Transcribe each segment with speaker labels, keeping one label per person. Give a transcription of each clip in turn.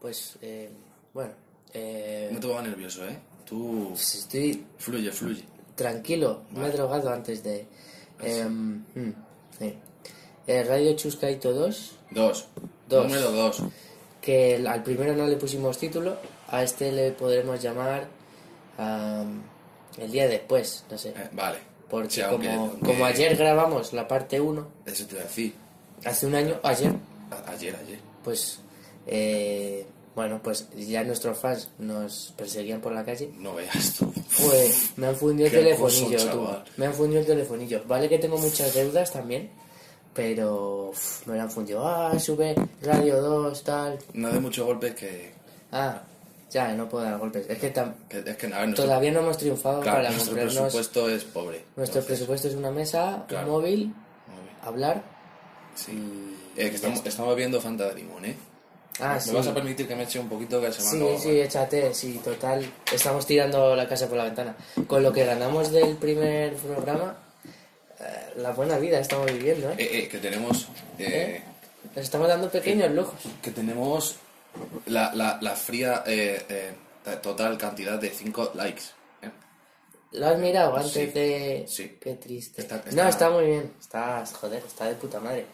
Speaker 1: pues, eh, bueno. eh,
Speaker 2: No te pongas nervioso, ¿eh? Tú
Speaker 1: estoy
Speaker 2: fluye, fluye.
Speaker 1: tranquilo, me he drogado antes de...
Speaker 2: Ah,
Speaker 1: em, mm, sí. Eh, Radio Chuscaito 2,
Speaker 2: Dos.
Speaker 1: Dos.
Speaker 2: Número dos.
Speaker 1: que el- al primero no le pusimos título, a este le podremos llamar am, el día después, no sé.
Speaker 2: Eh, vale.
Speaker 1: Porque
Speaker 2: Sí, aunque-
Speaker 1: como,
Speaker 2: aunque-
Speaker 1: como ayer grabamos la parte 1,
Speaker 2: Eso te iba a decir.
Speaker 1: hace un año, ayer,
Speaker 2: A- ayer, ayer.
Speaker 1: pues, eh, bueno, pues ya nuestros fans nos perseguían por la calle.
Speaker 2: No veas tú.
Speaker 1: Pues me han fundido el
Speaker 2: Qué acoso,
Speaker 1: telefonillo, tú.
Speaker 2: chaval.
Speaker 1: Me han fundido el telefonillo. Vale que tengo muchas deudas también, pero uf, me lo han fundido. Ah, sube Radio 2, tal.
Speaker 2: No de muchos golpes que,
Speaker 1: Ah, ya, no puedo dar golpes. Es que tam-
Speaker 2: que- Es que nada, nuestro,
Speaker 1: todavía no hemos triunfado
Speaker 2: claro,
Speaker 1: para
Speaker 2: nuestro
Speaker 1: comprarnos...
Speaker 2: presupuesto es pobre.
Speaker 1: Nuestro
Speaker 2: Entonces,
Speaker 1: presupuesto es una mesa,
Speaker 2: Claro.
Speaker 1: un móvil,
Speaker 2: muy bien.
Speaker 1: hablar
Speaker 2: Sí.
Speaker 1: y...
Speaker 2: Eh, que estamos, estamos viendo Fanta de Limón, ¿eh?
Speaker 1: Mm, Ah,
Speaker 2: ¿Me
Speaker 1: sí.
Speaker 2: vas a permitir que me eche un poquito que se me ha
Speaker 1: Sí,
Speaker 2: acabado?
Speaker 1: sí, échate, sí, total. Estamos tirando la casa por la ventana. Con lo que ganamos del primer programa, eh, la buena vida estamos viviendo, ¿eh?
Speaker 2: Eh, eh, que tenemos... eh,
Speaker 1: Nos estamos dando pequeños lujos.
Speaker 2: que tenemos la, la, la fría eh, eh, ta- total cantidad de 5 likes. ¿eh?
Speaker 1: ¿Lo has mirado antes
Speaker 2: Sí,
Speaker 1: de...?
Speaker 2: sí.
Speaker 1: Qué triste.
Speaker 2: Está- está-
Speaker 1: No, está muy bien. Está, joder, está de puta madre.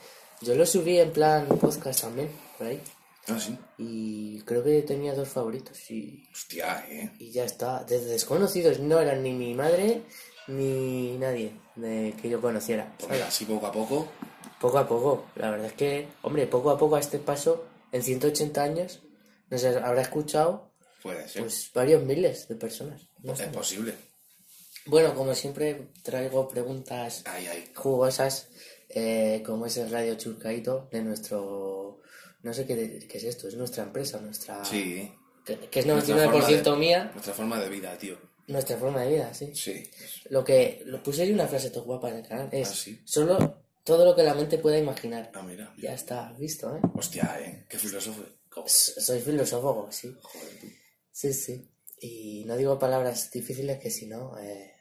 Speaker 1: Yo lo subí en plan podcast también, por ahí.
Speaker 2: Ah, sí.
Speaker 1: Y creo que tenía dos favoritos y...
Speaker 2: Hostia, ¿eh?
Speaker 1: Y ya está. Desde desconocidos no eran ni mi madre ni nadie de que yo conociera.
Speaker 2: Pues mira, así poco a poco.
Speaker 1: Poco a poco. La verdad es que, hombre, poco a poco a este paso, en 180 años, nos habrá escuchado
Speaker 2: Puede ser.
Speaker 1: pues varios miles de personas. No
Speaker 2: es
Speaker 1: sé.
Speaker 2: posible.
Speaker 1: Bueno, como siempre, traigo preguntas
Speaker 2: Ay, ay.
Speaker 1: jugosas, eh, como es el Radio Churcaito de nuestro... No sé qué, qué es esto, es nuestra empresa, nuestra...
Speaker 2: Sí.
Speaker 1: Que, que es
Speaker 2: Nuestra forma
Speaker 1: 99%
Speaker 2: de-
Speaker 1: mía,
Speaker 2: Nuestra forma de vida, tío.
Speaker 1: nuestra forma de vida, sí.
Speaker 2: Sí.
Speaker 1: Lo que lo puse ahí una frase todo guapa en el canal es
Speaker 2: Ah, sí.
Speaker 1: solo todo lo que la mente pueda imaginar.
Speaker 2: Ah, mira.
Speaker 1: Ya está, visto, ¿eh?
Speaker 2: Hostia, ¿eh? Qué filósofo. Co-
Speaker 1: S- Pues, Soy filósofo, sí.
Speaker 2: Joder, tú.
Speaker 1: Sí, sí. Y no digo palabras difíciles que si no, eh,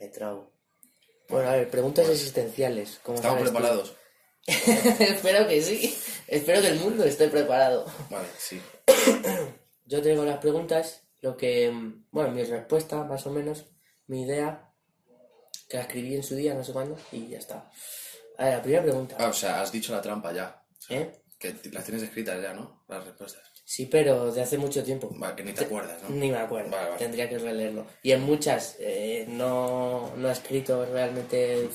Speaker 1: me trago. Bueno, a ver, preguntas existenciales. ¿cómo
Speaker 2: Estamos
Speaker 1: sabes tú?
Speaker 2: preparados.
Speaker 1: Espero que sí. Espero que el mundo esté preparado.
Speaker 2: Vale, sí.
Speaker 1: Yo traigo las preguntas, lo que, mm, bueno, mi respuesta, más o menos, mi idea, que la escribí en su día, no sé cuándo, y ya está. A ver, la primera pregunta.
Speaker 2: Ah, o sea, has dicho la trampa ya.
Speaker 1: ¿Eh?
Speaker 2: Que t- las tienes escritas ya, ¿no? Las respuestas.
Speaker 1: Sí, pero de hace mucho tiempo.
Speaker 2: Vale, que ni te acuerdas, ¿no?
Speaker 1: Ni me acuerdo.
Speaker 2: Vale, vale.
Speaker 1: Tendría que releerlo. Y en muchas eh, no, no he escrito realmente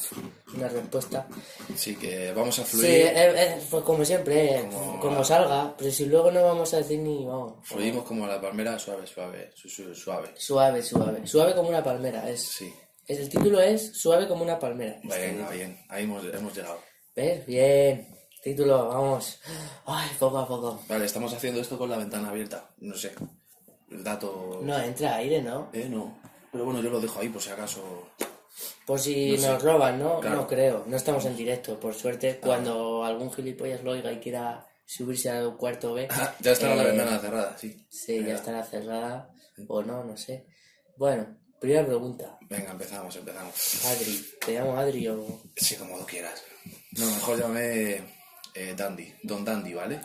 Speaker 1: una respuesta.
Speaker 2: Sí, que vamos a
Speaker 1: Sí,
Speaker 2: fluir.
Speaker 1: eh, eh, pues como siempre, eh,
Speaker 2: Como-
Speaker 1: como... salga. Pero si luego no vamos a decir ni vamos.
Speaker 2: Fluimos como la palmera suave, suave, su- su- suave.
Speaker 1: Suave, suave. Suave como una palmera. Es,
Speaker 2: Sí.
Speaker 1: es- el título es Suave como una palmera.
Speaker 2: Venga, bien. Ahí hemos, hemos llegado.
Speaker 1: ¿Ves? Bien. Título, vamos. Ay, poco a poco.
Speaker 2: Vale, estamos haciendo esto con la ventana abierta. No sé. El dato.
Speaker 1: No entra aire, ¿no?
Speaker 2: Eh, no. Pero bueno, yo lo dejo ahí por si acaso.
Speaker 1: Por si
Speaker 2: No sé.
Speaker 1: nos roban, ¿no?
Speaker 2: Claro. Ah.
Speaker 1: No creo. No estamos en directo, por suerte. Cuando algún gilipollas lo oiga y quiera subirse al cuarto B.
Speaker 2: ya está la
Speaker 1: eh,
Speaker 2: ventana cerrada, sí.
Speaker 1: Sí,
Speaker 2: Ah. Venga.
Speaker 1: ya estará cerrada. O no, no sé. Bueno, primera pregunta.
Speaker 2: Venga, empezamos, empezamos.
Speaker 1: Adri. ¿Te llamo Adri o...?
Speaker 2: Sí, como tú quieras. No, mejor llamé eh, Dandy. Don Dandy, ¿vale?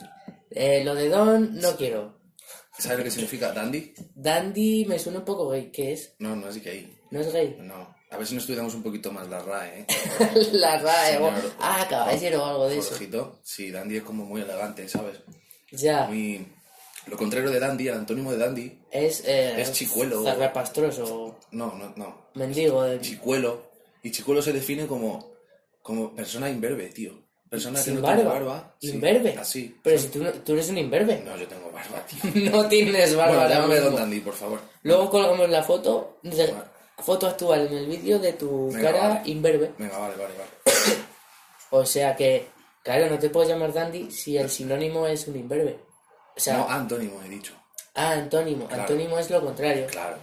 Speaker 1: Eh, lo de Don no quiero.
Speaker 2: ¿Sabes lo que significa Dandy?
Speaker 1: Dandy me suena un poco gay. ¿Qué es?
Speaker 2: No, no es que ahí.
Speaker 1: ¿No es gay?
Speaker 2: No. A ver si nos estudiamos un poquito más la RAE, ¿eh?
Speaker 1: La RAE. o-
Speaker 2: Señor.
Speaker 1: Ah, caballero o algo de eso.
Speaker 2: Jorgito. Sí, Dandy es como muy elegante, ¿sabes?
Speaker 1: Ya.
Speaker 2: Muy... Lo contrario de Dandy, el antónimo de Dandy.
Speaker 1: Es, eh,
Speaker 2: Es chicuelo.
Speaker 1: Zarrapastroso.
Speaker 2: No, no, no.
Speaker 1: Mendigo. eh. de-
Speaker 2: Chicuelo. Y Chicuelo se define como, como persona imberbe, tío. Persona
Speaker 1: Sin
Speaker 2: que no
Speaker 1: barba.
Speaker 2: tiene barba. Sí,
Speaker 1: Imberbe.
Speaker 2: Así.
Speaker 1: Pero si tú, no- tú eres un imberbe.
Speaker 2: No, yo tengo barba, tío.
Speaker 1: No tienes barba.
Speaker 2: bueno,
Speaker 1: ahora
Speaker 2: llámame
Speaker 1: mismo.
Speaker 2: Don Dandy, por favor.
Speaker 1: Luego colgamos la foto, de-
Speaker 2: Vale.
Speaker 1: foto actual en el vídeo de tu
Speaker 2: Venga,
Speaker 1: cara
Speaker 2: vale.
Speaker 1: imberbe.
Speaker 2: Venga, vale, vale, vale.
Speaker 1: O sea que, claro, no te puedes llamar dandy si el sinónimo es un imberbe. O sea,
Speaker 2: No, antónimo, he dicho.
Speaker 1: ah, antónimo.
Speaker 2: Claro.
Speaker 1: Antónimo es lo contrario.
Speaker 2: Claro.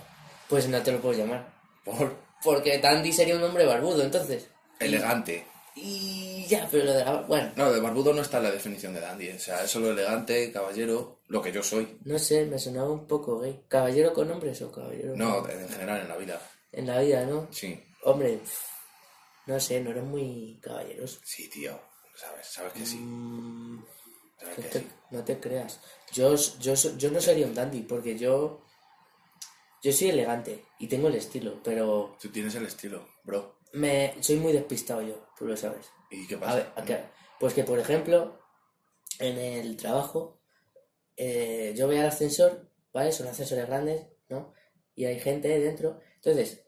Speaker 1: Pues no te lo puedo llamar.
Speaker 2: Por
Speaker 1: Porque dandy sería un hombre barbudo, entonces.
Speaker 2: elegante.
Speaker 1: Y ya, pero lo de la... Bueno,
Speaker 2: No, de barbudo no está en la definición de Dandy. O sea, es solo elegante, caballero, lo que yo soy.
Speaker 1: no sé, me sonaba un poco gay. ¿Caballero con hombres o caballero?
Speaker 2: No, en general en la vida.
Speaker 1: En la vida, ¿no?
Speaker 2: Sí.
Speaker 1: Hombre, pff, no sé, no eres muy caballeroso.
Speaker 2: Sí, tío. Sabes, sabes que sí.
Speaker 1: Mm,
Speaker 2: Claro
Speaker 1: No
Speaker 2: que
Speaker 1: te,
Speaker 2: sí.
Speaker 1: no te creas. Yo, yo, yo no sería un dandy, porque yo. Yo soy elegante y tengo el estilo, pero
Speaker 2: Tú tienes el estilo, bro.
Speaker 1: me soy muy despistado yo, tú lo sabes.
Speaker 2: ¿Y qué pasa?
Speaker 1: A ver, ¿a qué? Pues que, por ejemplo, en el trabajo, eh, yo voy al ascensor, ¿vale? Son ascensores grandes, ¿no? Y hay gente dentro. Entonces,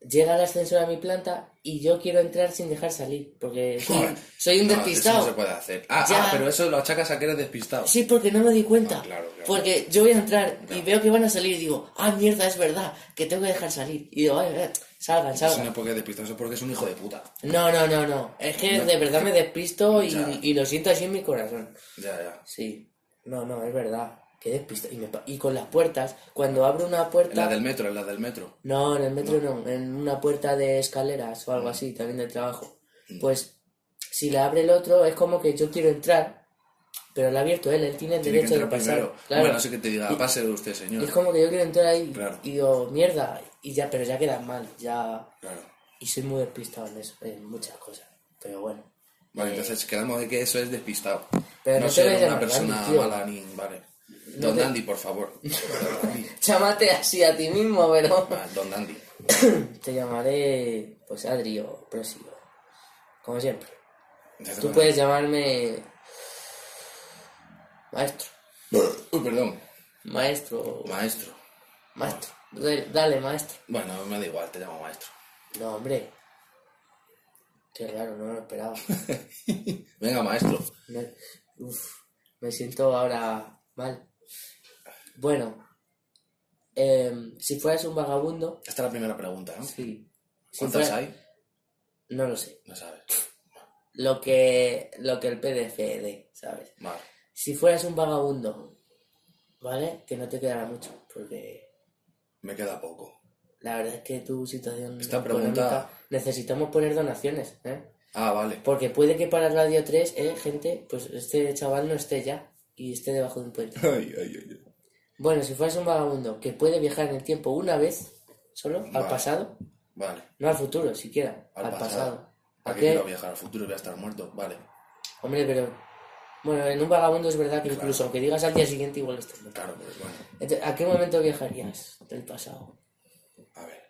Speaker 1: llega el ascensor a mi planta y yo quiero entrar sin dejar salir, porque soy,
Speaker 2: Joder.
Speaker 1: soy un
Speaker 2: No,
Speaker 1: despistado.
Speaker 2: Eso no se puede hacer. Ah,
Speaker 1: Ya.
Speaker 2: ah, pero eso lo achacas a que eres despistado.
Speaker 1: Sí, porque no me di cuenta.
Speaker 2: Ah, claro, claro.
Speaker 1: Porque yo voy a entrar y
Speaker 2: Claro.
Speaker 1: veo que van a salir y digo, ah, mierda, es verdad, que tengo que dejar salir. Y digo, ay, ay, salgan,
Speaker 2: Eso
Speaker 1: salgan.
Speaker 2: no es porque es despistado, eso es porque es un hijo de puta.
Speaker 1: No, no, no, no. Es que de verdad me despisto y,
Speaker 2: Ya.
Speaker 1: y lo siento así en mi corazón.
Speaker 2: Ya, ya.
Speaker 1: Sí. No, no, es verdad. Que despisto. Y, me pa- y con las puertas, cuando abro una puerta...
Speaker 2: En la del metro, en la del metro.
Speaker 1: No, en el metro no. en una puerta de escaleras o
Speaker 2: Mm.
Speaker 1: algo así, también del trabajo. Pues si la abre el otro, es como que yo quiero entrar, pero la ha abierto él, él tiene el
Speaker 2: Tiene que
Speaker 1: derecho de
Speaker 2: entrar
Speaker 1: pasar.
Speaker 2: primero.
Speaker 1: Claro.
Speaker 2: Bueno, así que te diga, pase usted,
Speaker 1: Y es
Speaker 2: señor.
Speaker 1: como que yo quiero entrar ahí
Speaker 2: Claro.
Speaker 1: y digo, mierda, y ya, pero ya quedas mal, ya.
Speaker 2: Claro.
Speaker 1: Y soy muy despistado en eso, en muchas cosas. Pero bueno.
Speaker 2: Vale, entonces quedamos de que eso es despistado.
Speaker 1: Eh, Pero
Speaker 2: no
Speaker 1: no te
Speaker 2: ser
Speaker 1: vayas
Speaker 2: una
Speaker 1: a Dandy,
Speaker 2: persona
Speaker 1: tío.
Speaker 2: mala ni. Vale. Don
Speaker 1: te-
Speaker 2: Dandy, por favor. Don Dandy.
Speaker 1: Llámate así a ti mismo, pero.
Speaker 2: Ah, Don Dandy.
Speaker 1: Te llamaré, pues Adri o Prosi, o- como siempre.
Speaker 2: Ya te
Speaker 1: Tú
Speaker 2: lo-
Speaker 1: puedes llamarme. Maestro,
Speaker 2: Uy, perdón.
Speaker 1: maestro,
Speaker 2: Maestro.
Speaker 1: maestro. Dale, dale, maestro.
Speaker 2: Bueno, me da igual, te llamo maestro.
Speaker 1: No, hombre. Qué raro, no lo esperaba.
Speaker 2: Venga, maestro.
Speaker 1: Me, uf, me siento ahora mal. Bueno, em, si fueras un vagabundo,
Speaker 2: Esta es la primera pregunta, ¿no?
Speaker 1: sí. Si
Speaker 2: ¿Cuántas
Speaker 1: fuera-
Speaker 2: hay?
Speaker 1: No lo sé.
Speaker 2: No sabes.
Speaker 1: Lo que, lo que el PDF de, ¿sabes?
Speaker 2: Vale.
Speaker 1: Si fueras un vagabundo, ¿vale? Que no te quedará mucho, porque
Speaker 2: Me queda poco.
Speaker 1: la verdad es que tu situación
Speaker 2: Esta
Speaker 1: económica-
Speaker 2: pregunta-
Speaker 1: necesitamos poner donaciones, ¿eh?
Speaker 2: Ah, vale.
Speaker 1: Porque puede que para Radio 3, ¿eh? Gente, pues este chaval no esté ya y esté debajo de un puente.
Speaker 2: Ay, ay, ay, ay.
Speaker 1: Bueno, si fueras un vagabundo que puede viajar en el tiempo una vez solo,
Speaker 2: Vale.
Speaker 1: al pasado,
Speaker 2: Vale.
Speaker 1: no al futuro siquiera,
Speaker 2: Al
Speaker 1: al,
Speaker 2: pasado.
Speaker 1: pasado.
Speaker 2: ¿A
Speaker 1: ¿A
Speaker 2: qué
Speaker 1: qué?
Speaker 2: quiero viajar al futuro? Voy a estar muerto. Vale.
Speaker 1: Hombre, pero. Bueno, en un vagabundo es verdad que incluso aunque digas al día siguiente, igual estás muerto.
Speaker 2: Claro, pues bueno.
Speaker 1: Entonces, ¿A qué momento viajarías del pasado?
Speaker 2: A ver.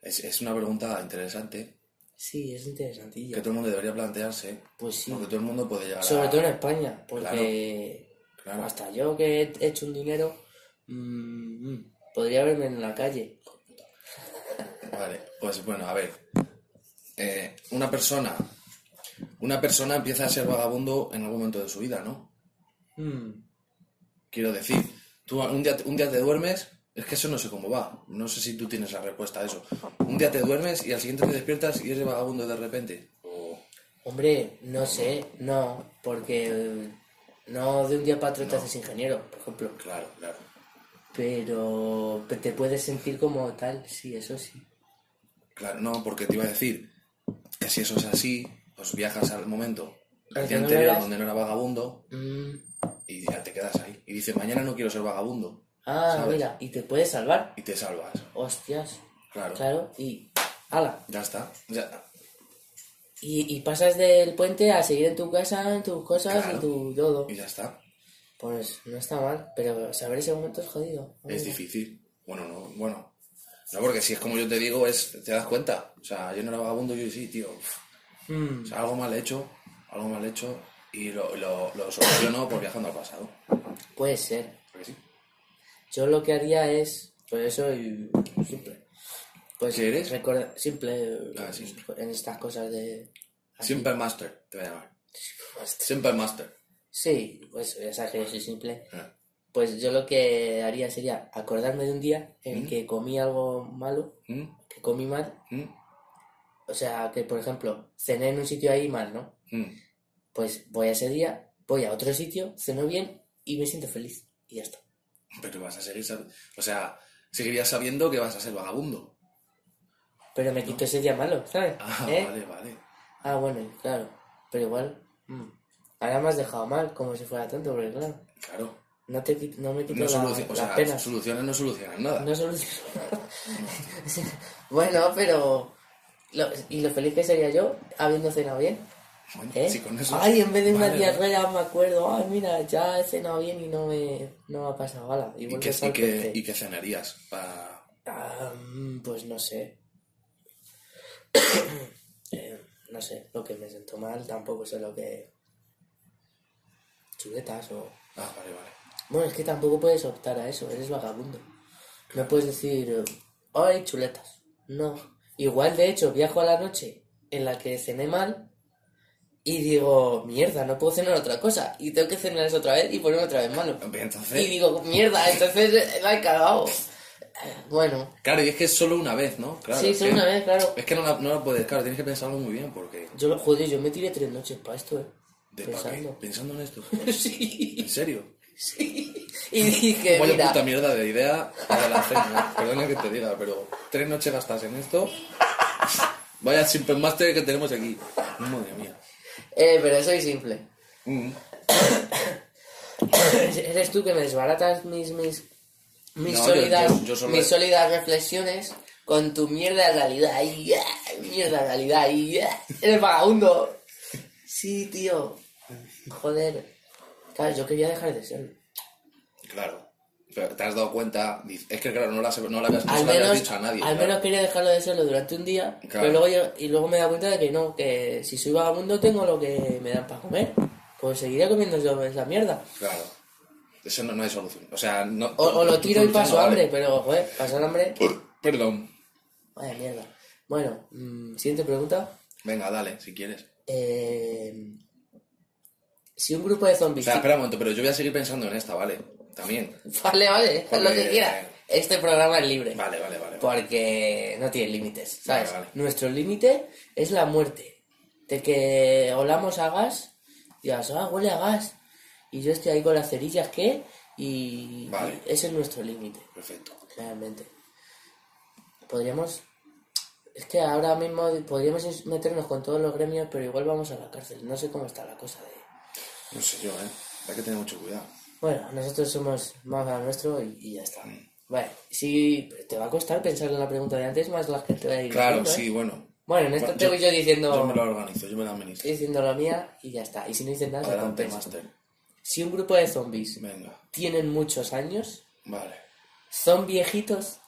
Speaker 2: Es, es una pregunta interesante
Speaker 1: Sí, es interesantillo.
Speaker 2: que todo el mundo debería plantearse.
Speaker 1: Pues sí.
Speaker 2: Porque todo el mundo puede llegar
Speaker 1: Sobre
Speaker 2: a...
Speaker 1: todo en España, porque
Speaker 2: Claro.
Speaker 1: hasta yo que he hecho un dinero, mm, mm, podría verme en la calle.
Speaker 2: Vale, pues bueno, a ver. Eh, una persona. Una persona empieza a ser vagabundo en algún momento de su vida, ¿no?
Speaker 1: Mm,
Speaker 2: Quiero decir, tú un día, un día te duermes, es que eso no sé cómo va. No sé si tú tienes la respuesta a eso. Un día te duermes y al siguiente te despiertas y eres vagabundo de repente. O-
Speaker 1: Hombre, no sé, no, porque eh, no de un día para otro te haces ingeniero, por ejemplo.
Speaker 2: Claro, claro.
Speaker 1: Pero te puedes sentir como tal, sí, eso sí.
Speaker 2: Claro, no, porque te iba a decir que si eso es así, pues viajas al momento al
Speaker 1: Al que
Speaker 2: día
Speaker 1: no
Speaker 2: anterior
Speaker 1: eras.
Speaker 2: donde no era vagabundo
Speaker 1: Mm,
Speaker 2: y ya te quedas ahí. Y dices, mañana no quiero ser vagabundo.
Speaker 1: Ah,
Speaker 2: ¿Sabes?
Speaker 1: mira, y te puedes salvar.
Speaker 2: Y te salvas.
Speaker 1: Hostias.
Speaker 2: Claro.
Speaker 1: Claro, y. ¡Hala!
Speaker 2: Ya está. Ya,
Speaker 1: Y, y pasas del puente a seguir en tu casa, en tus cosas,
Speaker 2: Claro.
Speaker 1: en tu todo.
Speaker 2: y ya está.
Speaker 1: Pues no está mal, pero saber ese momento es jodido.
Speaker 2: Es difícil. Bueno, no, bueno. No, porque si es como yo te digo, es, te das cuenta. O sea, yo no era vagabundo, yo sí, tío. Uf.
Speaker 1: Mm,
Speaker 2: O sea, algo mal hecho, algo mal hecho, y lo, lo, lo soluciono por viajando al pasado.
Speaker 1: puede ser.
Speaker 2: Porque sí.
Speaker 1: Yo lo que haría es. Por eso y simple. Pues
Speaker 2: ¿Qué eres?
Speaker 1: recorda- simple
Speaker 2: Ah, sí.
Speaker 1: en estas cosas de.
Speaker 2: Simple Master, te voy a llamar.
Speaker 1: Hostia.
Speaker 2: Simple Master.
Speaker 1: Sí, pues ya sabes que yo soy simple.
Speaker 2: Ah,
Speaker 1: Pues yo lo que haría sería acordarme de un día en
Speaker 2: Mm.
Speaker 1: que comí algo malo,
Speaker 2: ¿Mm?
Speaker 1: que comí mal.
Speaker 2: ¿Mm?
Speaker 1: O sea, que por ejemplo, cené en un sitio ahí mal, ¿no?
Speaker 2: ¿Mm?
Speaker 1: pues voy a ese día, voy a otro sitio, ceno bien y me siento feliz. Y ya está.
Speaker 2: Pero vas a seguir sab- O sea, seguirías sabiendo que vas a ser vagabundo.
Speaker 1: Pero me quito ese día malo, ¿sabes?
Speaker 2: Ah,
Speaker 1: ¿Eh?
Speaker 2: vale, vale.
Speaker 1: Ah, bueno, y claro. Pero igual, mm, ahora me has dejado mal, como si fuera tonto, porque claro,
Speaker 2: Claro.
Speaker 1: no, te, qui- no me quito
Speaker 2: No
Speaker 1: la-
Speaker 2: solucion- o
Speaker 1: las
Speaker 2: sea,
Speaker 1: penas.
Speaker 2: soluciones no solucionan nada.
Speaker 1: No soluciono. bueno, pero. lo- y lo feliz que sería yo habiendo cenado bien.
Speaker 2: Bueno,
Speaker 1: ¿Eh?
Speaker 2: si con eso.
Speaker 1: Ay, en vez de una
Speaker 2: Vale, vale.
Speaker 1: diarrea me acuerdo. Ay, mira, ya he cenado bien y no me, no me ha pasado nada. Y,
Speaker 2: ¿Y
Speaker 1: vuelves
Speaker 2: qué, y
Speaker 1: al
Speaker 2: qué-
Speaker 1: PC.
Speaker 2: y qué cenarías? Pa-
Speaker 1: Ah, mm, pues no sé. Eh, no sé, lo que me sentó mal tampoco sé lo que... Chuletas o...
Speaker 2: Ah, vale, vale.
Speaker 1: Bueno, es que tampoco puedes optar a eso, eres vagabundo. No puedes decir, ¡ay, chuletas! No. Igual, de hecho, viajo a la noche en la que cené mal y digo, mierda, no puedo cenar otra cosa. Y tengo que cenar eso otra vez y ponerme otra vez malo.
Speaker 2: Pues Entonces.
Speaker 1: Y digo, mierda, entonces eh, la he cagado. Eh, Bueno,
Speaker 2: Claro, y es que es solo una vez, ¿no? Claro, Eh.
Speaker 1: sí,
Speaker 2: es
Speaker 1: solo
Speaker 2: que-
Speaker 1: una vez, claro.
Speaker 2: Es que no la, no la puedes, claro, tienes que pensarlo muy bien porque.
Speaker 1: Yo lo jodí, yo me tiré tres noches para esto, eh.
Speaker 2: ¿De pa' qué?
Speaker 1: pensando.
Speaker 2: Pensando en esto.
Speaker 1: sí,
Speaker 2: ¿En serio?
Speaker 1: sí. Y dije,
Speaker 2: Vaya
Speaker 1: Eh, mira,
Speaker 2: puta mierda de idea para la cena. ¿no? Perdona que te diga, pero tres noches gastas en esto. Vaya simple master que tenemos aquí. Madre mía.
Speaker 1: eh, pero soy simple.
Speaker 2: Mm.
Speaker 1: Eres tú que me desbaratas mis mis mis
Speaker 2: No, yo-
Speaker 1: sólidas
Speaker 2: yo- yo solo-
Speaker 1: mis sólidas reflexiones con tu mierda de realidad. Ay, ya, mierda de realidad. ay, ya. Eres vagabundo. Sí, tío. Joder. Claro, yo quería dejar de serlo.
Speaker 2: Claro. Pero te has dado cuenta. dice- Es que, claro, no la, no la habías, no
Speaker 1: Al
Speaker 2: se la habías
Speaker 1: menos,
Speaker 2: dicho a nadie.
Speaker 1: al
Speaker 2: claro.
Speaker 1: menos quería dejarlo de serlo durante un día,
Speaker 2: Claro.
Speaker 1: pero luego yo- y luego me he dado cuenta de que no, que si soy vagabundo tengo lo que me dan para comer. Pues seguiré comiendo yo esa mierda.
Speaker 2: Claro. Eso no, no hay solución. O sea, no.
Speaker 1: O, o lo
Speaker 2: tu- tu
Speaker 1: tiro y
Speaker 2: solución
Speaker 1: paso
Speaker 2: no
Speaker 1: hambre,
Speaker 2: vale.
Speaker 1: pero joder, pasar hambre.
Speaker 2: Perdón.
Speaker 1: Vaya mierda. Bueno, mm, siguiente pregunta.
Speaker 2: Venga, dale, si quieres.
Speaker 1: Eh, si un grupo de
Speaker 2: O
Speaker 1: zombies.
Speaker 2: sea, espera un momento, pero yo voy a seguir pensando en esta, ¿vale? También.
Speaker 1: Vale, vale, haz lo que
Speaker 2: Eh,
Speaker 1: quieras. Este programa es libre.
Speaker 2: Vale, vale, vale.
Speaker 1: Porque no tiene límites, ¿sabes?
Speaker 2: Vale, vale.
Speaker 1: Nuestro límite es la muerte. De que olamos a gas, digas, ah, huele a gas. Y yo estoy ahí con las cerillas, ¿qué? Y
Speaker 2: Vale.
Speaker 1: y ese es nuestro límite,
Speaker 2: Perfecto.
Speaker 1: realmente. Podríamos. Es que ahora mismo podríamos meternos con todos los gremios, pero igual vamos a la cárcel. No sé cómo está la cosa de.
Speaker 2: No sé yo, ¿eh? Hay que tener mucho cuidado.
Speaker 1: Bueno, nosotros somos más a lo nuestro y, y ya está.
Speaker 2: Mm.
Speaker 1: Vale, sí, te va a costar pensar en la pregunta de antes más las que te voy a ir
Speaker 2: Claro,
Speaker 1: diciendo, ¿eh?
Speaker 2: sí, bueno.
Speaker 1: Bueno, en esto
Speaker 2: Bueno,
Speaker 1: te
Speaker 2: yo-
Speaker 1: voy yo
Speaker 2: Yo me
Speaker 1: diciendo,
Speaker 2: lo organizo, yo me la administro.
Speaker 1: diciendo la mía y ya está. Y si no dices nada, se
Speaker 2: Adelante,
Speaker 1: compensa.
Speaker 2: máster.
Speaker 1: Si un grupo de zombies
Speaker 2: Venga,
Speaker 1: tienen muchos años,
Speaker 2: vale.
Speaker 1: son viejitos.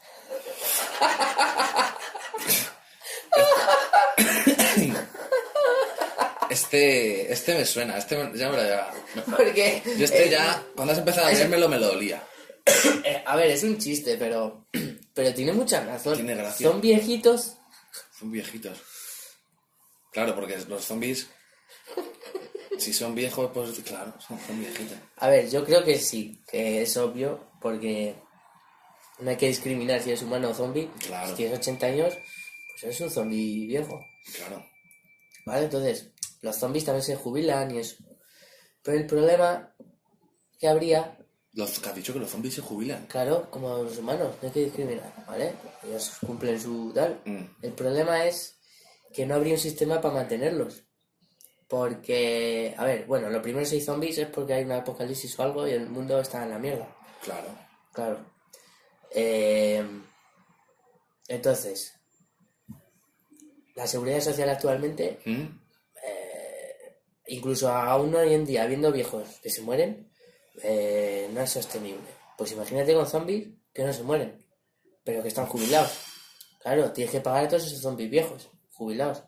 Speaker 2: Este, este me suena, este me- ya me lo Este- ya.
Speaker 1: Porque.
Speaker 2: Yo este ya, cuando has empezado a leérmelo me lo dolía.
Speaker 1: eh, a ver, es un chiste, pero. Pero tiene mucha razón.
Speaker 2: Tiene gracia.
Speaker 1: Son viejitos.
Speaker 2: Son viejitos. Claro, porque los zombies, si son viejos, pues claro, son, son viejitos.
Speaker 1: A ver, yo creo que sí, que es obvio, porque no hay que discriminar si eres humano o zombie.
Speaker 2: Claro.
Speaker 1: Si tienes 80 años, pues eres un zombie viejo.
Speaker 2: Claro.
Speaker 1: ¿Vale? Entonces, los zombies también se jubilan y eso. Pero el problema que habría,
Speaker 2: Los, que has dicho que los zombies se jubilan.
Speaker 1: claro, como los humanos, no hay que discriminar, ¿vale? Ellos cumplen su tal.
Speaker 2: Mm.
Speaker 1: El problema es que no habría un sistema para mantenerlos. Porque, a ver, bueno, lo primero si hay zombies es porque hay un apocalipsis o algo y el mundo está en la mierda.
Speaker 2: Claro.
Speaker 1: Claro. Eh, entonces, la seguridad social actualmente,
Speaker 2: Mm.
Speaker 1: incluso aún hoy en día, habiendo viejos que se mueren, eh, no es sostenible. Pues imagínate con zombies que no se mueren, pero que están jubilados. Claro, tienes que pagar a todos esos zombies viejos, jubilados.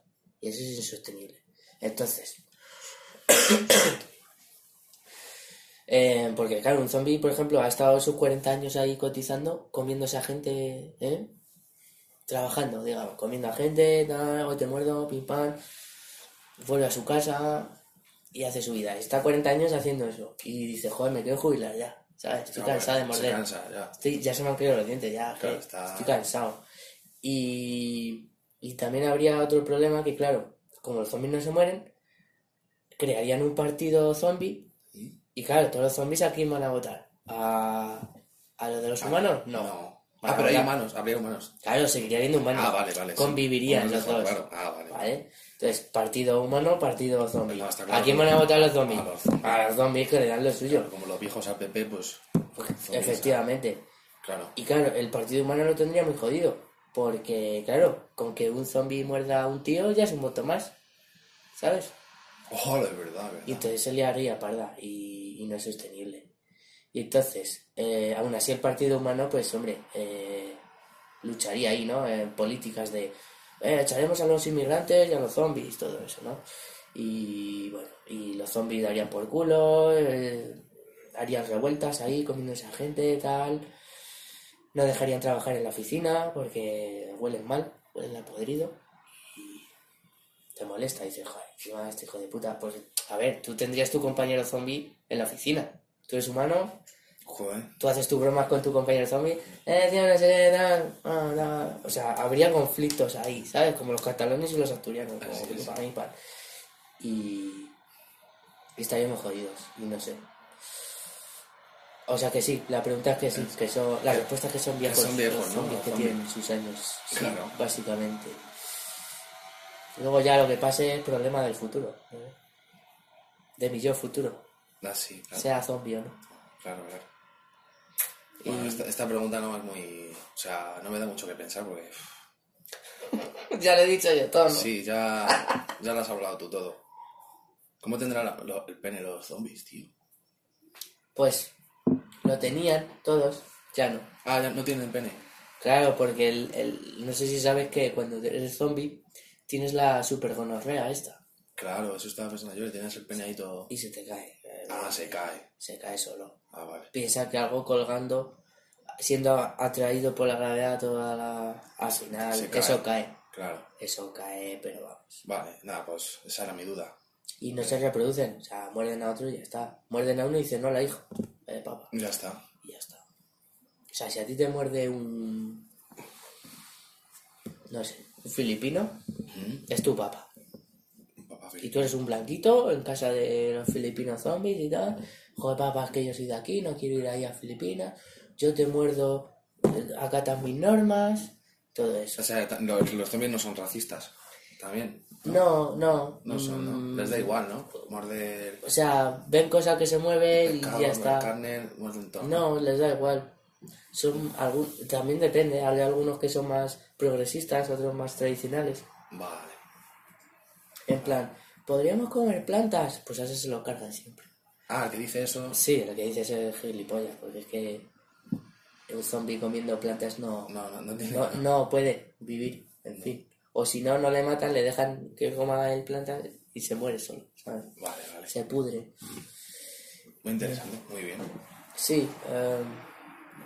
Speaker 1: Y eso es insostenible. Entonces, eh, porque claro, un zombie, por ejemplo, ha estado sus 40 años ahí cotizando, comiéndose a gente, ¿eh? Trabajando, digamos, comiendo a gente, tal, hoy te muerdo, pim pam, vuelve a su casa y hace su vida. Está 40 años haciendo eso. Y dice, joder, me quiero jubilar ya, ¿sabes? Estoy
Speaker 2: Ah,
Speaker 1: cansado de
Speaker 2: bueno,
Speaker 1: morder.
Speaker 2: Se cansa, ya.
Speaker 1: Estoy- ya se me han caído los dientes, ya
Speaker 2: Claro,
Speaker 1: que
Speaker 2: está-
Speaker 1: estoy cansado. Y, y también habría otro problema que, claro, como los zombies no se mueren, crearían un partido zombie
Speaker 2: ¿Y?
Speaker 1: y, claro, todos los zombies aquí van a votar. ¿A, a los de los humanos? No.
Speaker 2: Ah, pero hay humanos, habría humanos.
Speaker 1: Claro, seguiría habiendo humanos.
Speaker 2: Ah, vale, vale. sí.
Speaker 1: Convivirían
Speaker 2: Humanos
Speaker 1: los
Speaker 2: de
Speaker 1: dos.
Speaker 2: Juan, claro. Ah, vale.
Speaker 1: ¿Vale? Entonces, partido humano, partido zombie.
Speaker 2: No, está claro.
Speaker 1: ¿A quién van a votar los zombies?
Speaker 2: A los zombies.
Speaker 1: A los zombies que le dan lo suyo.
Speaker 2: Ah, Como los viejos app, pues. zombies,
Speaker 1: Efectivamente.
Speaker 2: Claro.
Speaker 1: Y claro, el partido humano lo tendría muy jodido. Porque, claro, con que un zombie muerda a un tío ya es un voto más. ¿Sabes?
Speaker 2: Ojalá, es Oh, verdad, es verdad.
Speaker 1: Y entonces se liaría parda y, y no es sostenible. Y entonces, eh, aún así el Partido Humano, pues hombre, eh, lucharía ahí, ¿no? En políticas de, eh, echaremos a los inmigrantes y a los zombies, todo eso, ¿no? Y bueno, y los zombies darían por culo, eh, harían revueltas ahí, comiéndose a gente, tal. No dejarían trabajar en la oficina porque huelen mal, huelen a podrido. Y te molesta, dices, joder, encima este hijo de puta. Pues a ver, tú tendrías tu compañero zombie en la oficina. Tú eres humano,
Speaker 2: Joder.
Speaker 1: tú haces tus bromas con tu compañero zombie, eh, tío, no sé, tal, ah, tal. o sea, habría conflictos ahí, ¿sabes? Como los catalanes y los asturianos, como
Speaker 2: Sí,
Speaker 1: que
Speaker 2: sí.
Speaker 1: para mí, para- Y... y estaríamos jodidos, y no sé. O sea que sí, la pregunta es que sí, que son, la respuesta es que son viejos,
Speaker 2: son viejos,
Speaker 1: los
Speaker 2: ¿no?
Speaker 1: zombies que
Speaker 2: Zombies.
Speaker 1: tienen sus años, sí,
Speaker 2: Claro.
Speaker 1: básicamente. Luego ya lo que pase es problema del futuro, ¿no? de mi yo futuro,
Speaker 2: Ah, sí, claro.
Speaker 1: sea zombie o no.
Speaker 2: Claro, claro. Bueno, esta, esta pregunta no es muy. O sea, no me da mucho que pensar porque. uff,
Speaker 1: Ya lo he dicho yo todo. ¿no?
Speaker 2: Sí, ya, ya las has hablado tú todo. ¿Cómo tendrá la- lo- el pene los zombies, tío?
Speaker 1: Pues lo tenían todos, ya no.
Speaker 2: Ah, ya no tienen pene.
Speaker 1: Claro, porque el, el- no sé si sabes que cuando eres zombie tienes la super gonorrea esta
Speaker 2: Claro, eso estaba pensando yo, que tenías el pene ahí todo.
Speaker 1: y se te cae. eh,
Speaker 2: Ah, se cae.
Speaker 1: Se cae solo.
Speaker 2: Ah, vale.
Speaker 1: Piensa que algo colgando, siendo atraído por la gravedad toda la... Al final,
Speaker 2: Se cae.
Speaker 1: eso cae.
Speaker 2: Claro.
Speaker 1: Eso cae, pero vamos.
Speaker 2: Vale, nada, pues esa era mi duda.
Speaker 1: Y no se
Speaker 2: Eh.
Speaker 1: reproducen, o sea, muerden a otro y ya está. Muerden a uno y dicen, no, la hijo. Eh, papá.
Speaker 2: Ya está.
Speaker 1: Y ya está. O sea, si a ti te muerde un. No sé, un filipino,
Speaker 2: Ujú.
Speaker 1: es tu papá.
Speaker 2: Papá
Speaker 1: Y
Speaker 2: Felipe.
Speaker 1: tú eres un blanquito en casa de los filipinos zombies y tal. Joder, papá, es que yo soy de aquí, no quiero ir ahí a Filipinas. Yo te muerdo, eh, acatas mis normas, todo eso.
Speaker 2: O sea, ta- los, los zombies no son racistas. También.
Speaker 1: No, no.
Speaker 2: No son,
Speaker 1: mm,
Speaker 2: ¿no? Les da igual, ¿no? Morder.
Speaker 1: O sea, ven cosas que se mueven y
Speaker 2: pescado,
Speaker 1: ya
Speaker 2: morder
Speaker 1: está.
Speaker 2: carne, muerden todo.
Speaker 1: No, les da igual. Son algún, también depende, hay algunos que son más progresistas, otros más tradicionales.
Speaker 2: Vale.
Speaker 1: En plan, ¿podríamos comer plantas? Pues a ese se lo cargan siempre.
Speaker 2: Ah, el que dice eso.
Speaker 1: Sí, lo que dices es gilipollas, porque es que un zombie comiendo plantas no,
Speaker 2: No, no, no tiene.
Speaker 1: no, no puede vivir, en fin. O si no, no le matan, le dejan que coma el planta y se muere solo, ¿sabes?
Speaker 2: Vale, vale.
Speaker 1: Se pudre.
Speaker 2: Muy interesante, muy bien.
Speaker 1: Sí, em,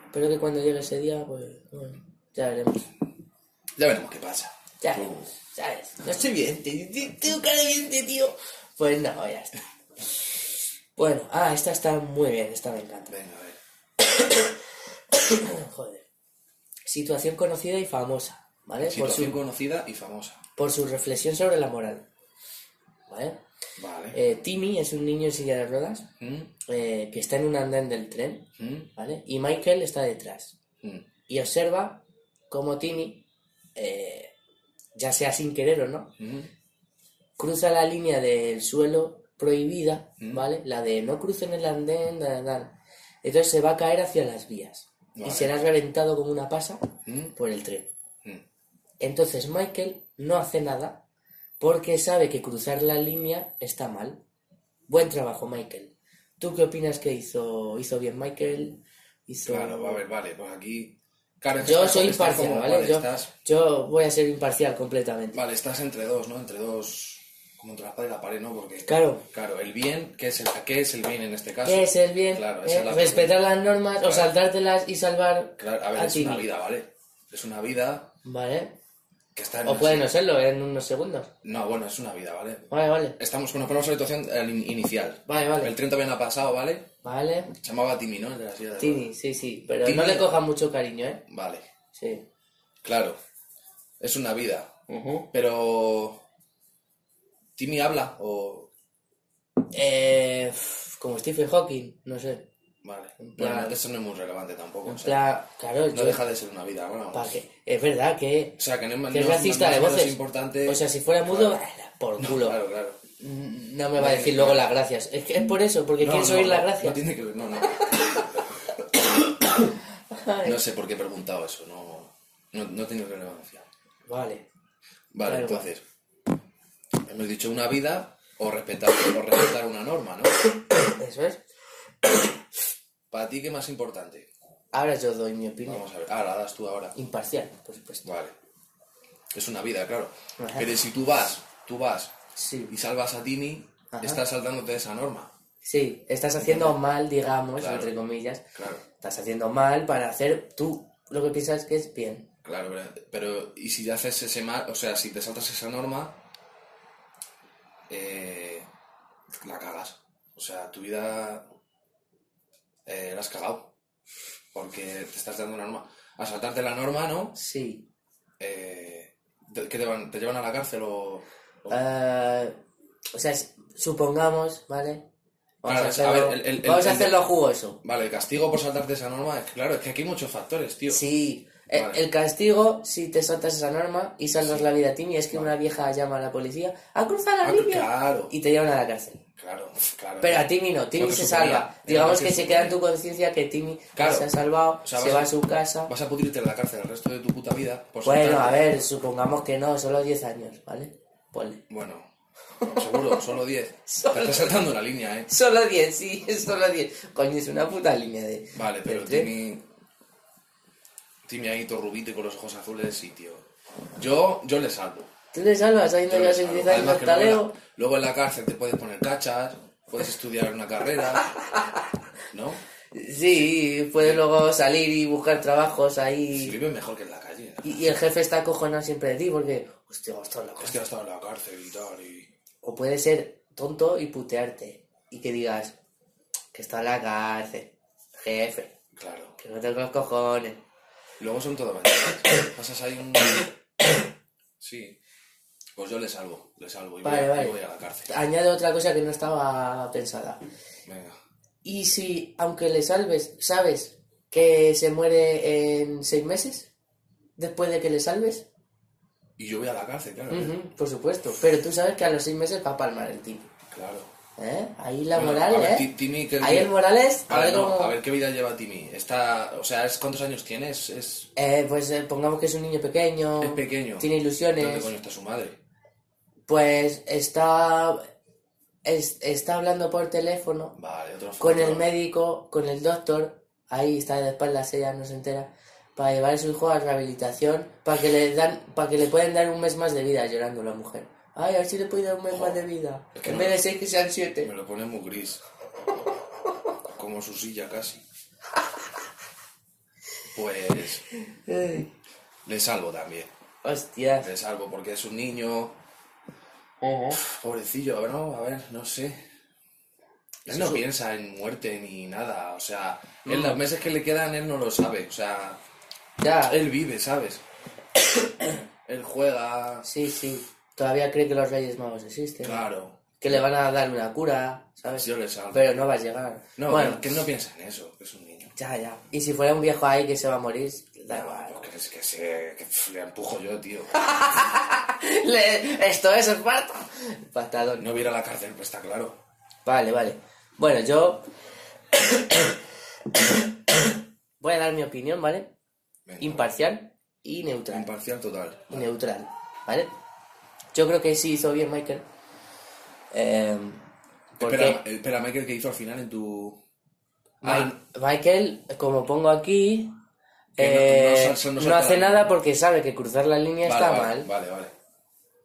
Speaker 1: espero que cuando llegue ese día, pues bueno, ya veremos.
Speaker 2: Ya veremos qué pasa.
Speaker 1: Ya,
Speaker 2: Tú.
Speaker 1: ¿sabes? No estoy bien, te- te- tengo cara de vidente, tío. Pues no, ya está. Bueno, ah, esta está muy bien, esta me encanta.
Speaker 2: Venga, a ver.
Speaker 1: Joder. Situación conocida y famosa, ¿vale? Por
Speaker 2: Situación
Speaker 1: su,
Speaker 2: conocida y famosa.
Speaker 1: por su reflexión sobre la moral, ¿vale?
Speaker 2: Vale.
Speaker 1: Eh, Timmy es un niño en silla de ruedas
Speaker 2: Mm,
Speaker 1: eh, que está en un andén del tren,
Speaker 2: mm,
Speaker 1: ¿vale? Y Michael está detrás
Speaker 2: mm.
Speaker 1: y observa cómo Timmy, eh, ya sea sin querer o no,
Speaker 2: Mm,
Speaker 1: cruza la línea del suelo prohibida,
Speaker 2: Mm.
Speaker 1: ¿vale? La de no crucen el andén, da, da, da. Entonces se va a caer hacia las vías y
Speaker 2: Vale.
Speaker 1: será reventado como una pasa
Speaker 2: mm,
Speaker 1: por el tren.
Speaker 2: mm.
Speaker 1: Entonces Michael no hace nada porque sabe que cruzar la línea está mal. Buen trabajo, Michael. ¿Tú qué opinas que hizo? ¿Hizo bien Michael? ¿Hizo...
Speaker 2: Claro, a ver, vale, pues aquí. Claro, es que
Speaker 1: Yo
Speaker 2: estás-
Speaker 1: soy
Speaker 2: estás
Speaker 1: imparcial,
Speaker 2: como-
Speaker 1: ¿vale? yo,
Speaker 2: Estás,
Speaker 1: yo voy a ser imparcial completamente.
Speaker 2: vale, estás entre dos, ¿no? Entre dos. Como entre la espada y la pared, ¿no? Porque.
Speaker 1: Claro.
Speaker 2: Claro, el bien, ¿qué es el, qué es el bien en este caso?
Speaker 1: ¿Qué es el bien?
Speaker 2: Claro,
Speaker 1: Eh,
Speaker 2: esa es la
Speaker 1: respetar las normas o
Speaker 2: Claro.
Speaker 1: saltártelas y salvar
Speaker 2: Claro, a ver,
Speaker 1: a
Speaker 2: es
Speaker 1: Timmy.
Speaker 2: una vida, ¿vale? Es una vida
Speaker 1: Vale.
Speaker 2: que está en.
Speaker 1: O
Speaker 2: una-
Speaker 1: puede no serlo en unos segundos.
Speaker 2: No, bueno, es una vida, ¿vale?
Speaker 1: Vale, vale.
Speaker 2: Estamos, bueno, ponemos la situación eh, in- inicial.
Speaker 1: Vale,
Speaker 2: El
Speaker 1: vale.
Speaker 2: tren todavía no ha pasado, ¿vale?
Speaker 1: Vale.
Speaker 2: Se llamaba Timmy, ¿no? El de la silla de
Speaker 1: Timmy, sí, sí. Pero
Speaker 2: Timmy.
Speaker 1: no le cojan mucho cariño, ¿eh?
Speaker 2: ruedas. Vale,
Speaker 1: Sí.
Speaker 2: claro. Es una vida. Pero. Timmy habla o.
Speaker 1: Eh, pf, como Stephen Hawking, no sé.
Speaker 2: Vale. Bueno,
Speaker 1: plan-
Speaker 2: eso no es muy relevante tampoco.
Speaker 1: En
Speaker 2: o sea,
Speaker 1: plan, claro,
Speaker 2: no
Speaker 1: yo-
Speaker 2: deja de ser una vida, bueno,
Speaker 1: pa'
Speaker 2: vamos.
Speaker 1: que- es verdad que,
Speaker 2: O sea, que no, es-
Speaker 1: que es
Speaker 2: no-
Speaker 1: racista
Speaker 2: no
Speaker 1: de
Speaker 2: menos
Speaker 1: voces.
Speaker 2: importante.
Speaker 1: O sea, si fuera mudo,
Speaker 2: Claro.
Speaker 1: ala, por
Speaker 2: No,
Speaker 1: culo.
Speaker 2: Claro, claro.
Speaker 1: No me va a decir luego las gracias. Es que es por eso, porque
Speaker 2: No,
Speaker 1: quieres
Speaker 2: no,
Speaker 1: oír las
Speaker 2: no, No
Speaker 1: gracias.
Speaker 2: tiene que ver, no, no. No sé por qué he preguntado eso, no, no, no tiene relevancia.
Speaker 1: Vale.
Speaker 2: Vale,
Speaker 1: Da igual.
Speaker 2: entonces, hemos dicho una vida O respetar, o respetar una norma, ¿no?
Speaker 1: Eso es.
Speaker 2: Para ti, ¿qué más importante?
Speaker 1: Ahora yo doy mi opinión.
Speaker 2: Vamos a ver. Ah, la das tú ahora.
Speaker 1: Imparcial, por supuesto.
Speaker 2: Vale. Es una vida, claro.
Speaker 1: Ajá.
Speaker 2: Pero si tú vas, tú vas
Speaker 1: Sí.
Speaker 2: y salvas a Tini,
Speaker 1: Ajá.
Speaker 2: estás saltándote de esa norma.
Speaker 1: Sí, estás haciendo mal, digamos,
Speaker 2: Claro.
Speaker 1: entre comillas.
Speaker 2: Claro,
Speaker 1: Estás haciendo mal para hacer tú lo que piensas que es bien.
Speaker 2: claro, pero, pero y si haces ese mal, o sea, si te saltas esa norma, eh, la cagas. O sea, tu vida eh, la has cagado. Porque te estás dando una norma. A saltarte la norma, ¿no?
Speaker 1: Sí.
Speaker 2: Eh, ¿te- ¿Qué te van? ¿Te llevan a la cárcel o.? o-
Speaker 1: Eh, o sea, s- supongamos, ¿vale? Vamos
Speaker 2: Claro,
Speaker 1: a
Speaker 2: es-
Speaker 1: hacerlo,
Speaker 2: a ver, el- el-
Speaker 1: vamos a
Speaker 2: el-
Speaker 1: hacerlo jugoso.
Speaker 2: Vale, el castigo por saltarte esa norma, es- claro, es que aquí hay muchos factores, tío.
Speaker 1: Sí. El,
Speaker 2: Vale.
Speaker 1: el castigo, si te saltas esa norma y salvas la vida a Timmy, es que
Speaker 2: Vale.
Speaker 1: una vieja llama a la policía ¡Ha cruzado la
Speaker 2: Ah,
Speaker 1: línea!
Speaker 2: claro,
Speaker 1: Y te llevan a la cárcel.
Speaker 2: claro, claro.
Speaker 1: Pero a Timmy no, Timmy
Speaker 2: Lo que
Speaker 1: se
Speaker 2: suponía,
Speaker 1: salva.
Speaker 2: era
Speaker 1: Digamos
Speaker 2: lo que
Speaker 1: que se
Speaker 2: suponía.
Speaker 1: queda en tu conciencia que Timmy
Speaker 2: Eh, Claro.
Speaker 1: se ha salvado,
Speaker 2: O sea,
Speaker 1: se
Speaker 2: vas
Speaker 1: va
Speaker 2: a-
Speaker 1: a su casa.
Speaker 2: Vas a pudrirte en la cárcel el resto de tu puta vida por
Speaker 1: Bueno,
Speaker 2: saltarte-
Speaker 1: a ver, supongamos que no, solo 10 años, ¿vale? Ponle.
Speaker 2: Bueno, seguro, solo 10.
Speaker 1: Solo
Speaker 2: Te estás saltando la línea, ¿eh?
Speaker 1: Solo 10, sí, solo 10. Coño, es una puta línea de.
Speaker 2: Vale, pero
Speaker 1: de tren.
Speaker 2: Timmy... Timmy ahí todo rubito y con los ojos azules, sí, tío. Yo, yo le salvo.
Speaker 1: Tú le salvas
Speaker 2: Yo
Speaker 1: haciendo
Speaker 2: le
Speaker 1: ya
Speaker 2: salvo.
Speaker 1: 10 años
Speaker 2: Además que luego, en
Speaker 1: taleo.
Speaker 2: la, luego en la cárcel te puedes poner cachas, puedes estudiar una carrera, ¿no?
Speaker 1: Sí, puedes luego salir y buscar trabajos
Speaker 2: Si
Speaker 1: ahí.
Speaker 2: vives mejor que en la calle. ¿no?
Speaker 1: Y, y el jefe está acojonado siempre de ti porque, hostia, hostia, la cosa.
Speaker 2: Hostia, ha estado en la cárcel y tal, y...
Speaker 1: O puede ser tonto y putearte. Y que digas que está en la cárcel, jefe,
Speaker 2: Claro.
Speaker 1: que no tengo los cojones.
Speaker 2: Luego son todo ventajas. Pasas ahí un... Sí. Pues yo le salvo, le salvo y, voy-
Speaker 1: Vale,
Speaker 2: y
Speaker 1: vale.
Speaker 2: voy a la cárcel.
Speaker 1: Añade otra cosa que no estaba pensada.
Speaker 2: Venga.
Speaker 1: Y si, aunque le salves, sabes que se muere en seis meses, después de que le salves,
Speaker 2: Y yo voy a la cárcel, claro. eh.
Speaker 1: Ujú, por supuesto, pero tú sabes que a los seis meses va a palmar el tipo.
Speaker 2: Claro.
Speaker 1: ¿Eh? Ahí la
Speaker 2: Bueno,
Speaker 1: moral,
Speaker 2: a ver, Ti-
Speaker 1: ¿eh?
Speaker 2: Timmy, ¿qué-
Speaker 1: Ahí el moral es.
Speaker 2: A ver, no,
Speaker 1: cómo-
Speaker 2: a ver qué vida lleva Timmy. Está, o sea, es, ¿cuántos años tiene? Es, es-
Speaker 1: Eh, pues eh, pongamos que es un niño pequeño.
Speaker 2: es pequeño.
Speaker 1: Tiene
Speaker 2: ¿Dónde
Speaker 1: ilusiones.
Speaker 2: coño está su madre?
Speaker 1: Pues está. es- está hablando por teléfono
Speaker 2: Vale, otro
Speaker 1: con
Speaker 2: factor.
Speaker 1: el médico, con el doctor. Ahí está de espaldas, ella no se entera. Para llevar a su hijo a rehabilitación. Para que le dan para que le pueden dar un mes más de vida llorando la mujer. Ay, a ver si le puede dar un mes
Speaker 2: Ojo.
Speaker 1: más de vida.
Speaker 2: Es que
Speaker 1: En
Speaker 2: no-
Speaker 1: vez de seis, que sean siete.
Speaker 2: Me lo pone muy gris. Como su silla casi. Pues
Speaker 1: Ay,
Speaker 2: le salvo también.
Speaker 1: Hostias.
Speaker 2: Le salvo porque es un niño. Pobrecillo, a ver, no, a ver, no sé. Él no piensa en muerte ni nada. O sea, en los meses que le quedan él no lo sabe. O sea,
Speaker 1: Ya. eh,
Speaker 2: Él vive, ¿sabes? Él juega.
Speaker 1: Sí, sí. Todavía cree que los Reyes Magos existen.
Speaker 2: Claro.
Speaker 1: Que le van a dar una cura, ¿sabes?
Speaker 2: Yo le salvo.
Speaker 1: Pero no va a llegar.
Speaker 2: No,
Speaker 1: bueno,
Speaker 2: que él no piensa en eso, que es un niño.
Speaker 1: ya, ya. Y si fuera un viejo ahí que se va a morir, da igual.
Speaker 2: No, Pues que, es- que se, que pf, le empujo yo, tío.
Speaker 1: Le- Esto es Esparta. Patadón.
Speaker 2: No hubiera la cárcel, pues está claro.
Speaker 1: Vale, vale. Bueno, yo. Voy a dar mi opinión, ¿vale?
Speaker 2: Venga,
Speaker 1: Imparcial y neutral.
Speaker 2: Imparcial total.
Speaker 1: y neutral, ¿vale? Yo creo que sí hizo bien Michael. Eh, porque
Speaker 2: Espera, espera, Michael, ¿qué hizo al final en tu. Ah,
Speaker 1: Mi- Michael, como pongo aquí,
Speaker 2: Que no-
Speaker 1: eh,
Speaker 2: no sa- no
Speaker 1: no,
Speaker 2: salta
Speaker 1: hace
Speaker 2: la-
Speaker 1: nada porque sabe que cruzar la línea
Speaker 2: vale,
Speaker 1: está
Speaker 2: vale,
Speaker 1: mal.
Speaker 2: Vale, vale.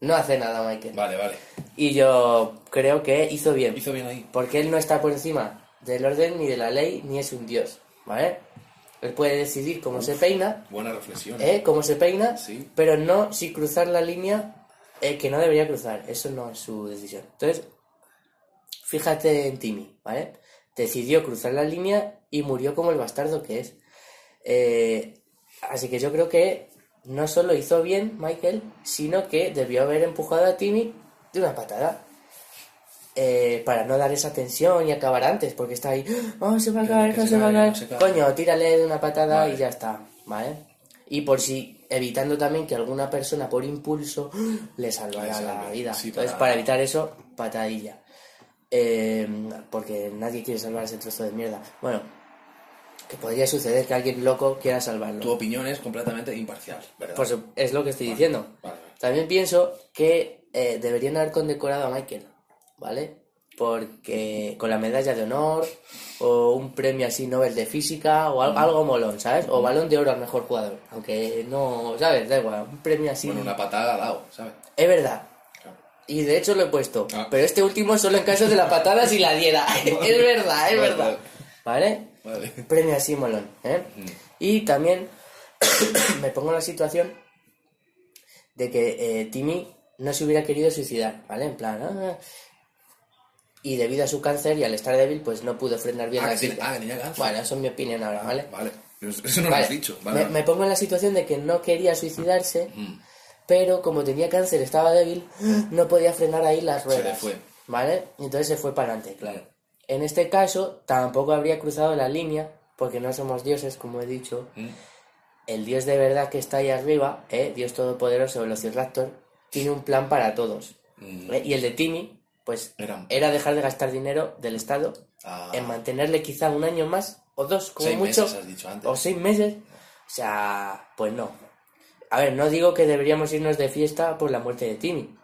Speaker 1: No hace nada Michael.
Speaker 2: Vale, vale.
Speaker 1: Y yo creo que hizo bien.
Speaker 2: Hizo bien ahí.
Speaker 1: Porque él no está por encima del orden ni de la ley, ni es un dios, ¿vale? Él puede decidir cómo se peina,
Speaker 2: Buena reflexión.
Speaker 1: ¿eh? Cómo se peina,
Speaker 2: Sí.
Speaker 1: pero no si cruzar la línea eh, que no debería cruzar. Eso no es su decisión. Entonces, fíjate en Timmy, ¿vale? Decidió cruzar la línea y murió como el bastardo que es. Eh, así que yo creo que no solo hizo bien Michael, sino que debió haber empujado a Timmy de una patada. Eh, para no dar esa tensión y acabar antes, porque está ahí, oh, se va a
Speaker 2: Que-
Speaker 1: caer,
Speaker 2: que
Speaker 1: no
Speaker 2: se
Speaker 1: se va a
Speaker 2: cae,
Speaker 1: caer.
Speaker 2: no se cae.
Speaker 1: Coño, tírale de una patada
Speaker 2: Vale.
Speaker 1: y ya está, ¿vale? Y por si, evitando también que alguna persona por impulso le
Speaker 2: Le
Speaker 1: salvara la
Speaker 2: salve,
Speaker 1: vida.
Speaker 2: sí,
Speaker 1: Entonces,
Speaker 2: para-
Speaker 1: para evitar eso, patadilla. Eh, porque nadie quiere salvar ese trozo de mierda. Bueno, que podría suceder que alguien loco quiera salvarlo.
Speaker 2: Tu opinión es completamente imparcial, ¿verdad?
Speaker 1: Por su- es lo que estoy diciendo.
Speaker 2: Vale, vale.
Speaker 1: También pienso que eh, deberían haber condecorado a Michael. ¿vale? Porque con la medalla de honor o un premio así Nobel de física o al-
Speaker 2: Mm.
Speaker 1: algo molón, ¿sabes? O balón de oro al mejor jugador, aunque no, ¿sabes? Da igual, un premio así.
Speaker 2: Bueno, una patada al lado, ¿sabes?
Speaker 1: Es verdad.
Speaker 2: Claro.
Speaker 1: Y de hecho lo he puesto.
Speaker 2: Ah.
Speaker 1: Pero este último solo en caso de la patada si la diera. es verdad, es
Speaker 2: Vale,
Speaker 1: verdad. ¿Vale?
Speaker 2: Vale.
Speaker 1: Premio así molón, ¿eh?
Speaker 2: Mm.
Speaker 1: Y también me pongo en la situación de que eh, Timmy no se hubiera querido suicidar, ¿vale? En plan... ah. Y debido a su cáncer y al estar débil, pues no pudo frenar bien
Speaker 2: Ah,
Speaker 1: la
Speaker 2: que tiene-
Speaker 1: vida.
Speaker 2: ah, que tenía cáncer.
Speaker 1: Bueno, eso es mi opinión ahora, ¿vale?
Speaker 2: Vale. Eso
Speaker 1: Vale.
Speaker 2: no lo has dicho. Vale.
Speaker 1: Me, me pongo en la situación de que no quería suicidarse,
Speaker 2: Mm.
Speaker 1: pero como tenía cáncer, estaba débil, no podía frenar ahí las
Speaker 2: le
Speaker 1: ruedas.
Speaker 2: fue.
Speaker 1: ¿Vale? Y Entonces se fue para adelante, claro.
Speaker 2: Mm.
Speaker 1: En este caso, tampoco habría cruzado la línea, porque no somos dioses, como he dicho.
Speaker 2: Mm.
Speaker 1: El dios de verdad que está ahí arriba, ¿eh? Dios todopoderoso, Velociraptor, tiene un plan para todos.
Speaker 2: Mm.
Speaker 1: ¿eh? Y el de Timmy, pues,
Speaker 2: Era-
Speaker 1: era dejar de gastar dinero del Estado
Speaker 2: Ah,
Speaker 1: en mantenerle quizá un año más o dos, como
Speaker 2: seis
Speaker 1: mucho
Speaker 2: meses has dicho antes.
Speaker 1: o seis meses. O sea, pues no. A ver, no digo que deberíamos irnos de fiesta por la muerte de Timmy,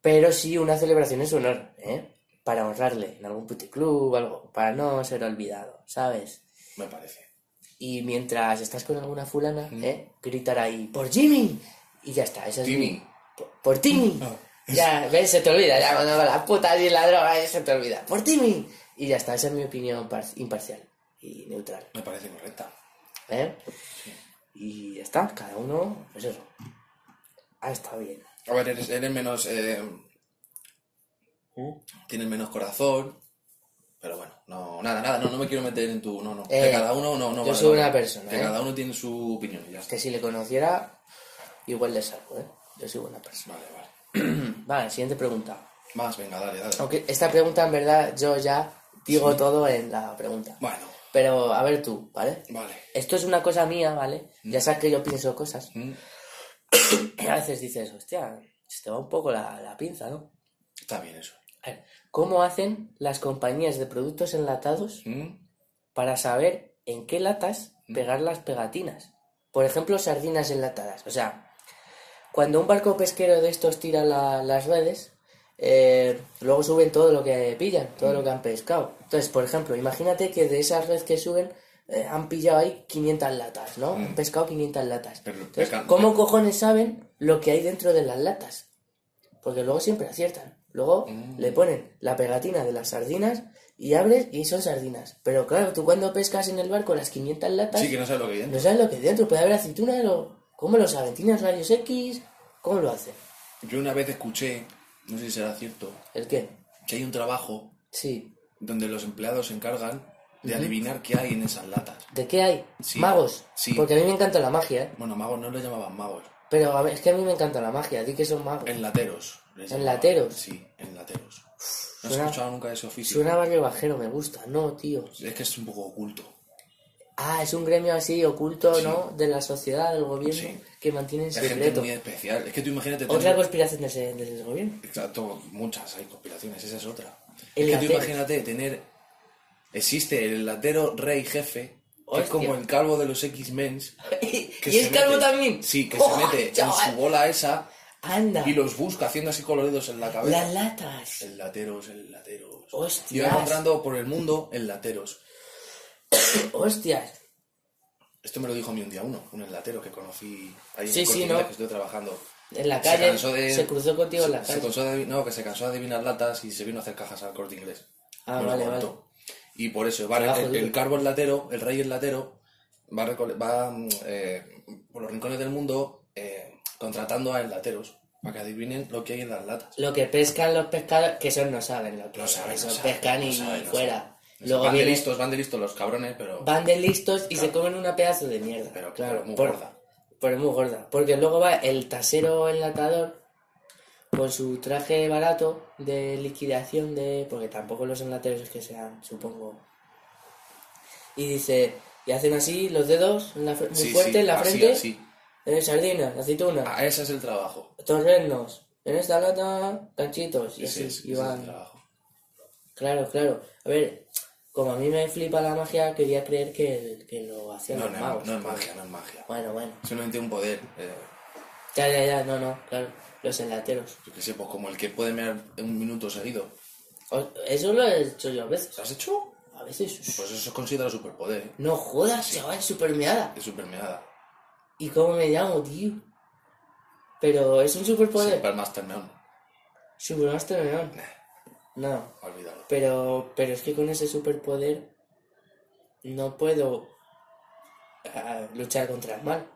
Speaker 1: pero sí una celebración en su honor, ¿eh? Para honrarle en algún puticlub, algo, para no ser olvidado, ¿sabes?
Speaker 2: Me parece.
Speaker 1: Y mientras estás con alguna fulana, ¿eh? Gritar ahí, ¡por Jimmy! Y ya está, eso es
Speaker 2: Timmy.
Speaker 1: mi- Por, por Timmy. Ya, ¿ves? Se te olvida, ya cuando va la puta y la droga, ya se te olvida. ¡Por Timmy! Y ya está, esa es mi opinión par- imparcial y neutral.
Speaker 2: Me parece correcta.
Speaker 1: ¿eh? Y ya está, cada uno, pues eso. Ha estado bien.
Speaker 2: A ver, eres, eres menos. eh, Tienes menos corazón. Pero bueno, no, nada, nada, no, no me quiero meter en tu. No, no.
Speaker 1: Eh,
Speaker 2: que cada uno no, no
Speaker 1: yo
Speaker 2: vale,
Speaker 1: soy
Speaker 2: vale.
Speaker 1: una persona,
Speaker 2: Que
Speaker 1: ¿eh?
Speaker 2: cada uno tiene su opinión y ya está.
Speaker 1: Que si le conociera, igual le salgo, ¿eh? Yo soy buena persona.
Speaker 2: Vale, vale. Mm.
Speaker 1: Vale, siguiente pregunta.
Speaker 2: Más, venga, dale, dale.
Speaker 1: Aunque esta pregunta, en verdad, yo ya digo todo en la pregunta.
Speaker 2: Bueno,
Speaker 1: Pero a ver tú, ¿vale?
Speaker 2: vale.
Speaker 1: Esto es una cosa mía, ¿vale? Ya sabes que yo pienso cosas.
Speaker 2: Mm.
Speaker 1: A veces dices, hostia, se te va un poco la, la pinza, ¿no?
Speaker 2: Está bien eso.
Speaker 1: A ver, ¿cómo hacen las compañías de productos enlatados
Speaker 2: Mm.
Speaker 1: para saber en qué latas pegar las pegatinas. Por ejemplo, sardinas enlatadas. O sea, cuando un barco pesquero de estos tira la- las redes, eh, luego suben todo lo que pillan, todo lo que han pescado. Entonces, por ejemplo, imagínate que de esas redes que suben eh, han pillado ahí 500 latas, ¿no? Han pescado 500 latas.
Speaker 2: Pero
Speaker 1: Entonces,
Speaker 2: pecan-
Speaker 1: ¿cómo cojones saben lo que hay dentro de las latas? Porque luego siempre aciertan. Luego le ponen la pegatina de las sardinas y abres y son sardinas. Pero claro, tú cuando pescas en el barco las 500 latas,
Speaker 2: Sí, que no sabes lo que viene.
Speaker 1: no sabes lo que hay dentro. Puede haber aceitunas o... ¿Cómo lo saben? ¿Tienes rayos X? ¿Cómo lo hacen?
Speaker 2: Yo una vez escuché, no sé si será cierto,
Speaker 1: ¿El qué?
Speaker 2: que hay un trabajo
Speaker 1: Sí.
Speaker 2: donde los empleados se encargan de adivinar qué hay en esas latas.
Speaker 1: ¿De qué hay?
Speaker 2: Sí.
Speaker 1: Magos.
Speaker 2: Sí.
Speaker 1: Porque a mí me encanta la magia, ¿eh?
Speaker 2: Bueno, magos no les llamaban magos,
Speaker 1: Pero a ver, es que a mí me encanta la magia. Di que son magos.
Speaker 2: enlateros. les llamaban.
Speaker 1: ¿Enlateros?
Speaker 2: Sí, enlateros. No
Speaker 1: suena-
Speaker 2: he escuchado nunca de ese oficio.
Speaker 1: Suena barrio bajero, me gusta. No, tío.
Speaker 2: Es que es un poco oculto.
Speaker 1: Ah, es un gremio así oculto, ¿no? De la sociedad, del gobierno,
Speaker 2: Sí.
Speaker 1: que mantiene en
Speaker 2: Es gente
Speaker 1: secreto.
Speaker 2: muy especial. Es que tú imagínate...
Speaker 1: Otra
Speaker 2: tener-
Speaker 1: conspiración del, se- del gobierno.
Speaker 2: Exacto, muchas hay conspiraciones, esa es otra.
Speaker 1: El
Speaker 2: es que tú
Speaker 1: latero.
Speaker 2: imagínate tener. Existe el latero rey jefe, que es
Speaker 1: Hostia.
Speaker 2: como el calvo de los X-Men. que
Speaker 1: ¿Y
Speaker 2: se
Speaker 1: es calvo
Speaker 2: mete-
Speaker 1: también?
Speaker 2: Sí, que
Speaker 1: ¡Oh,
Speaker 2: se mete en
Speaker 1: chaval!
Speaker 2: su bola esa
Speaker 1: Anda,
Speaker 2: y los busca haciendo así coloridos en la cabeza.
Speaker 1: las latas.
Speaker 2: El lateros, el lateros.
Speaker 1: Hostias.
Speaker 2: Y va encontrando por el mundo el lateros.
Speaker 1: Hostias.
Speaker 2: Esto me lo dijo a mí un día uno, un enlatero que conocí ahí
Speaker 1: Sí,
Speaker 2: en
Speaker 1: sí,
Speaker 2: Corte
Speaker 1: ¿no?
Speaker 2: Inglés que estuve trabajando.
Speaker 1: En la
Speaker 2: Se
Speaker 1: calle.
Speaker 2: cansó de-
Speaker 1: cruzó contigo en la
Speaker 2: Se
Speaker 1: calle.
Speaker 2: cansó de, adiv- no, que se cansó de adivinar latas y se vino a hacer cajas al corte inglés.
Speaker 1: Ah,
Speaker 2: Me lo
Speaker 1: vale,
Speaker 2: contó.
Speaker 1: vale.
Speaker 2: Y por eso, va,
Speaker 1: Trabajo
Speaker 2: el,
Speaker 1: duro.
Speaker 2: el carbón latero, el rey latero, va, recole- va mm, eh, por los rincones del mundo eh, contratando a enlateros para que adivinen lo que hay en las latas.
Speaker 1: Lo que pescan los pescadores, que esos no saben lo que
Speaker 2: No saben,
Speaker 1: Esos
Speaker 2: no saben,
Speaker 1: pescan
Speaker 2: no
Speaker 1: y
Speaker 2: saben, no
Speaker 1: fuera.
Speaker 2: saben.
Speaker 1: Luego
Speaker 2: van de
Speaker 1: vienen-
Speaker 2: listos, van de listos los cabrones, pero...
Speaker 1: van de listos y se comen una pedazo de mierda.
Speaker 2: Pero,
Speaker 1: claro,
Speaker 2: pero muy
Speaker 1: por-
Speaker 2: gorda.
Speaker 1: Pero pues muy gorda. Porque luego va el tasero enlatador con su traje barato de liquidación de. Porque tampoco los enlateros es que sean, supongo. Y dice. Y hacen así los dedos en la fre- muy
Speaker 2: Sí,
Speaker 1: fuerte
Speaker 2: sí,
Speaker 1: en la
Speaker 2: así,
Speaker 1: frente.
Speaker 2: así.
Speaker 1: Eh, sardinas, aceitunas,
Speaker 2: Ah, ese es el trabajo.
Speaker 1: torrenos. En esta lata, canchitos. Y
Speaker 2: Ese
Speaker 1: así.
Speaker 2: es,
Speaker 1: y
Speaker 2: ese es
Speaker 1: van.
Speaker 2: el trabajo.
Speaker 1: Claro, claro. A ver, como a mí me flipa la magia, quería creer que, que lo hacían
Speaker 2: No,
Speaker 1: los
Speaker 2: no,
Speaker 1: magos.
Speaker 2: no es magia, no es magia.
Speaker 1: Bueno, bueno.
Speaker 2: Solamente un poder. eh,
Speaker 1: Ya, ya, ya, no, no, claro. Los enlateros.
Speaker 2: Yo qué sé, pues como el que puede mear un minuto seguido.
Speaker 1: O- Eso lo he hecho yo a veces.
Speaker 2: ¿Lo has hecho?
Speaker 1: A veces.
Speaker 2: Pues eso es considerado superpoder, ¿eh?
Speaker 1: No jodas, chaval, supermeada.
Speaker 2: Es supermeada.
Speaker 1: ¿Y cómo me llamo, tío? Pero es un superpoder.
Speaker 2: Supermaster Meón.
Speaker 1: Supermaster Neon. No,
Speaker 2: Olvídalo.
Speaker 1: pero, pero es que con ese superpoder no puedo ah, luchar contra el mal.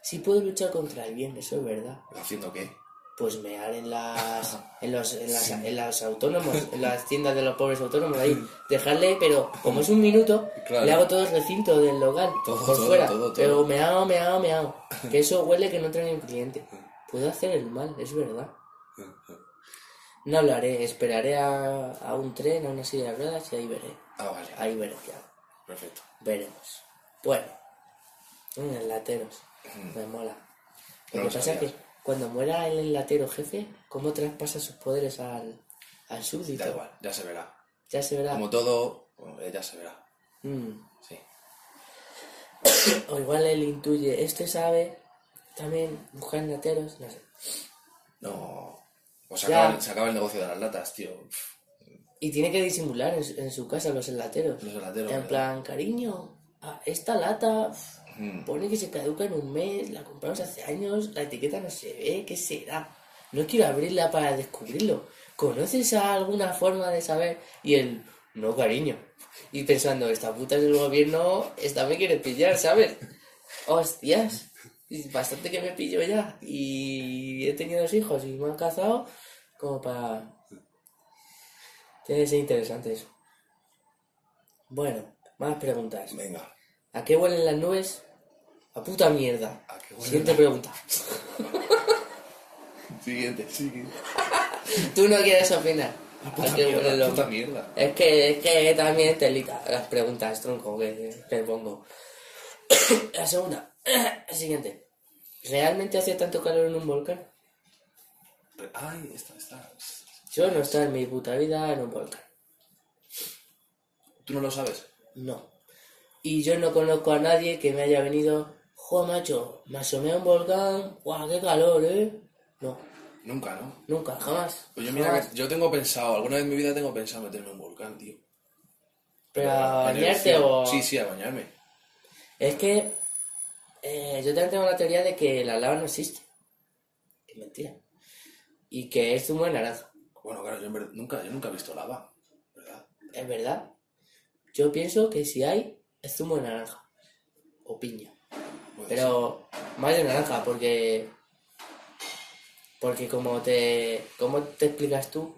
Speaker 1: Sí puedo luchar contra el bien, eso es verdad.
Speaker 2: ¿Haciendo qué?
Speaker 1: Pues mear en las, en los, en las, en las autónomos, en las tiendas de los pobres autónomos ahí. Dejarle, pero como es un minuto,
Speaker 2: Claro.
Speaker 1: le hago todo el recinto del local
Speaker 2: Todo,
Speaker 1: por
Speaker 2: todo,
Speaker 1: fuera.
Speaker 2: todo, todo.
Speaker 1: Pero me hago, me hago, me hago. Que eso huele que no trae ni un cliente. Puedo hacer el mal, es verdad. No lo haré, esperaré a, a un tren, a una silla de ruedas y ahí veré.
Speaker 2: Ah, vale.
Speaker 1: Ahí veré qué hago.
Speaker 2: Perfecto.
Speaker 1: Veremos. Bueno, un enlateros. Me mola. Lo
Speaker 2: No
Speaker 1: que
Speaker 2: lo
Speaker 1: pasa es que
Speaker 2: sabías.
Speaker 1: cuando muera el enlatero jefe, ¿cómo traspasa sus poderes al, al súbdito?
Speaker 2: Da igual, ya se verá.
Speaker 1: Ya se verá.
Speaker 2: Como todo, bueno, eh, ya se verá.
Speaker 1: Mm.
Speaker 2: Sí.
Speaker 1: O igual él intuye, este sabe también buscar enlateros. No sé.
Speaker 2: No. O se
Speaker 1: Ya.
Speaker 2: acaba, el- se acaba el negocio de las latas, tío. Pff,
Speaker 1: Y tiene que disimular en, su- en su casa los enlateros.
Speaker 2: Los enlateros,
Speaker 1: En
Speaker 2: ¿verdad?
Speaker 1: plan, cariño, a- esta lata uf,
Speaker 2: Mm.
Speaker 1: pone que se caduca en un mes, la compramos hace años, la etiqueta no se ve, ¿qué será? No quiero abrirla para descubrirlo. ¿Conoces a alguna forma de saber? Y él, no, cariño. Y pensando, esta puta es del gobierno, esta me quiere pillar, ¿sabes? Hostias, y bastante que me pillo ya. Y he tenido dos hijos y me han cazado como para... Tiene que ser interesante eso. Bueno, más preguntas.
Speaker 2: Venga.
Speaker 1: ¿A qué huelen las nubes? A puta mierda.
Speaker 2: ¿A qué huelen
Speaker 1: Siguiente
Speaker 2: las-
Speaker 1: pregunta.
Speaker 2: Siguiente, siguiente.
Speaker 1: Tú no quieres opinar.
Speaker 2: La
Speaker 1: ¿A
Speaker 2: puta
Speaker 1: qué huelen
Speaker 2: mierda.
Speaker 1: los-
Speaker 2: Puta mierda.
Speaker 1: Es que, es que también telita las preguntas, tronco, que te pongo. La segunda. Siguiente. ¿Realmente hace tanto calor en un volcán?
Speaker 2: Ay, está, está.
Speaker 1: Yo no he estado en mi puta vida en un volcán.
Speaker 2: Tú no lo sabes.
Speaker 1: No. Y yo no conozco a nadie que me haya venido, jo macho, me asomé a un volcán, guau, qué calor, ¿eh? No,
Speaker 2: Nunca, ¿no?
Speaker 1: nunca, jamás.
Speaker 2: Pues yo, mira,
Speaker 1: jamás.
Speaker 2: que yo tengo pensado, alguna vez en mi vida tengo pensado meterme en un volcán, tío.
Speaker 1: Pero a
Speaker 2: Para
Speaker 1: bañarte
Speaker 2: el-
Speaker 1: o...
Speaker 2: Sí, sí, a bañarme.
Speaker 1: Es que eh, yo también tengo la teoría de que la lava no existe. Que mentira. Y que es zumo de naranja.
Speaker 2: Bueno, claro, yo, en verdad- nunca, yo nunca he visto lava, ¿verdad?
Speaker 1: Es verdad. Yo pienso que si hay, es zumo de naranja. O piña.
Speaker 2: Puede ser.
Speaker 1: Pero más de naranja, porque. Porque como te. ¿Cómo te explicas tú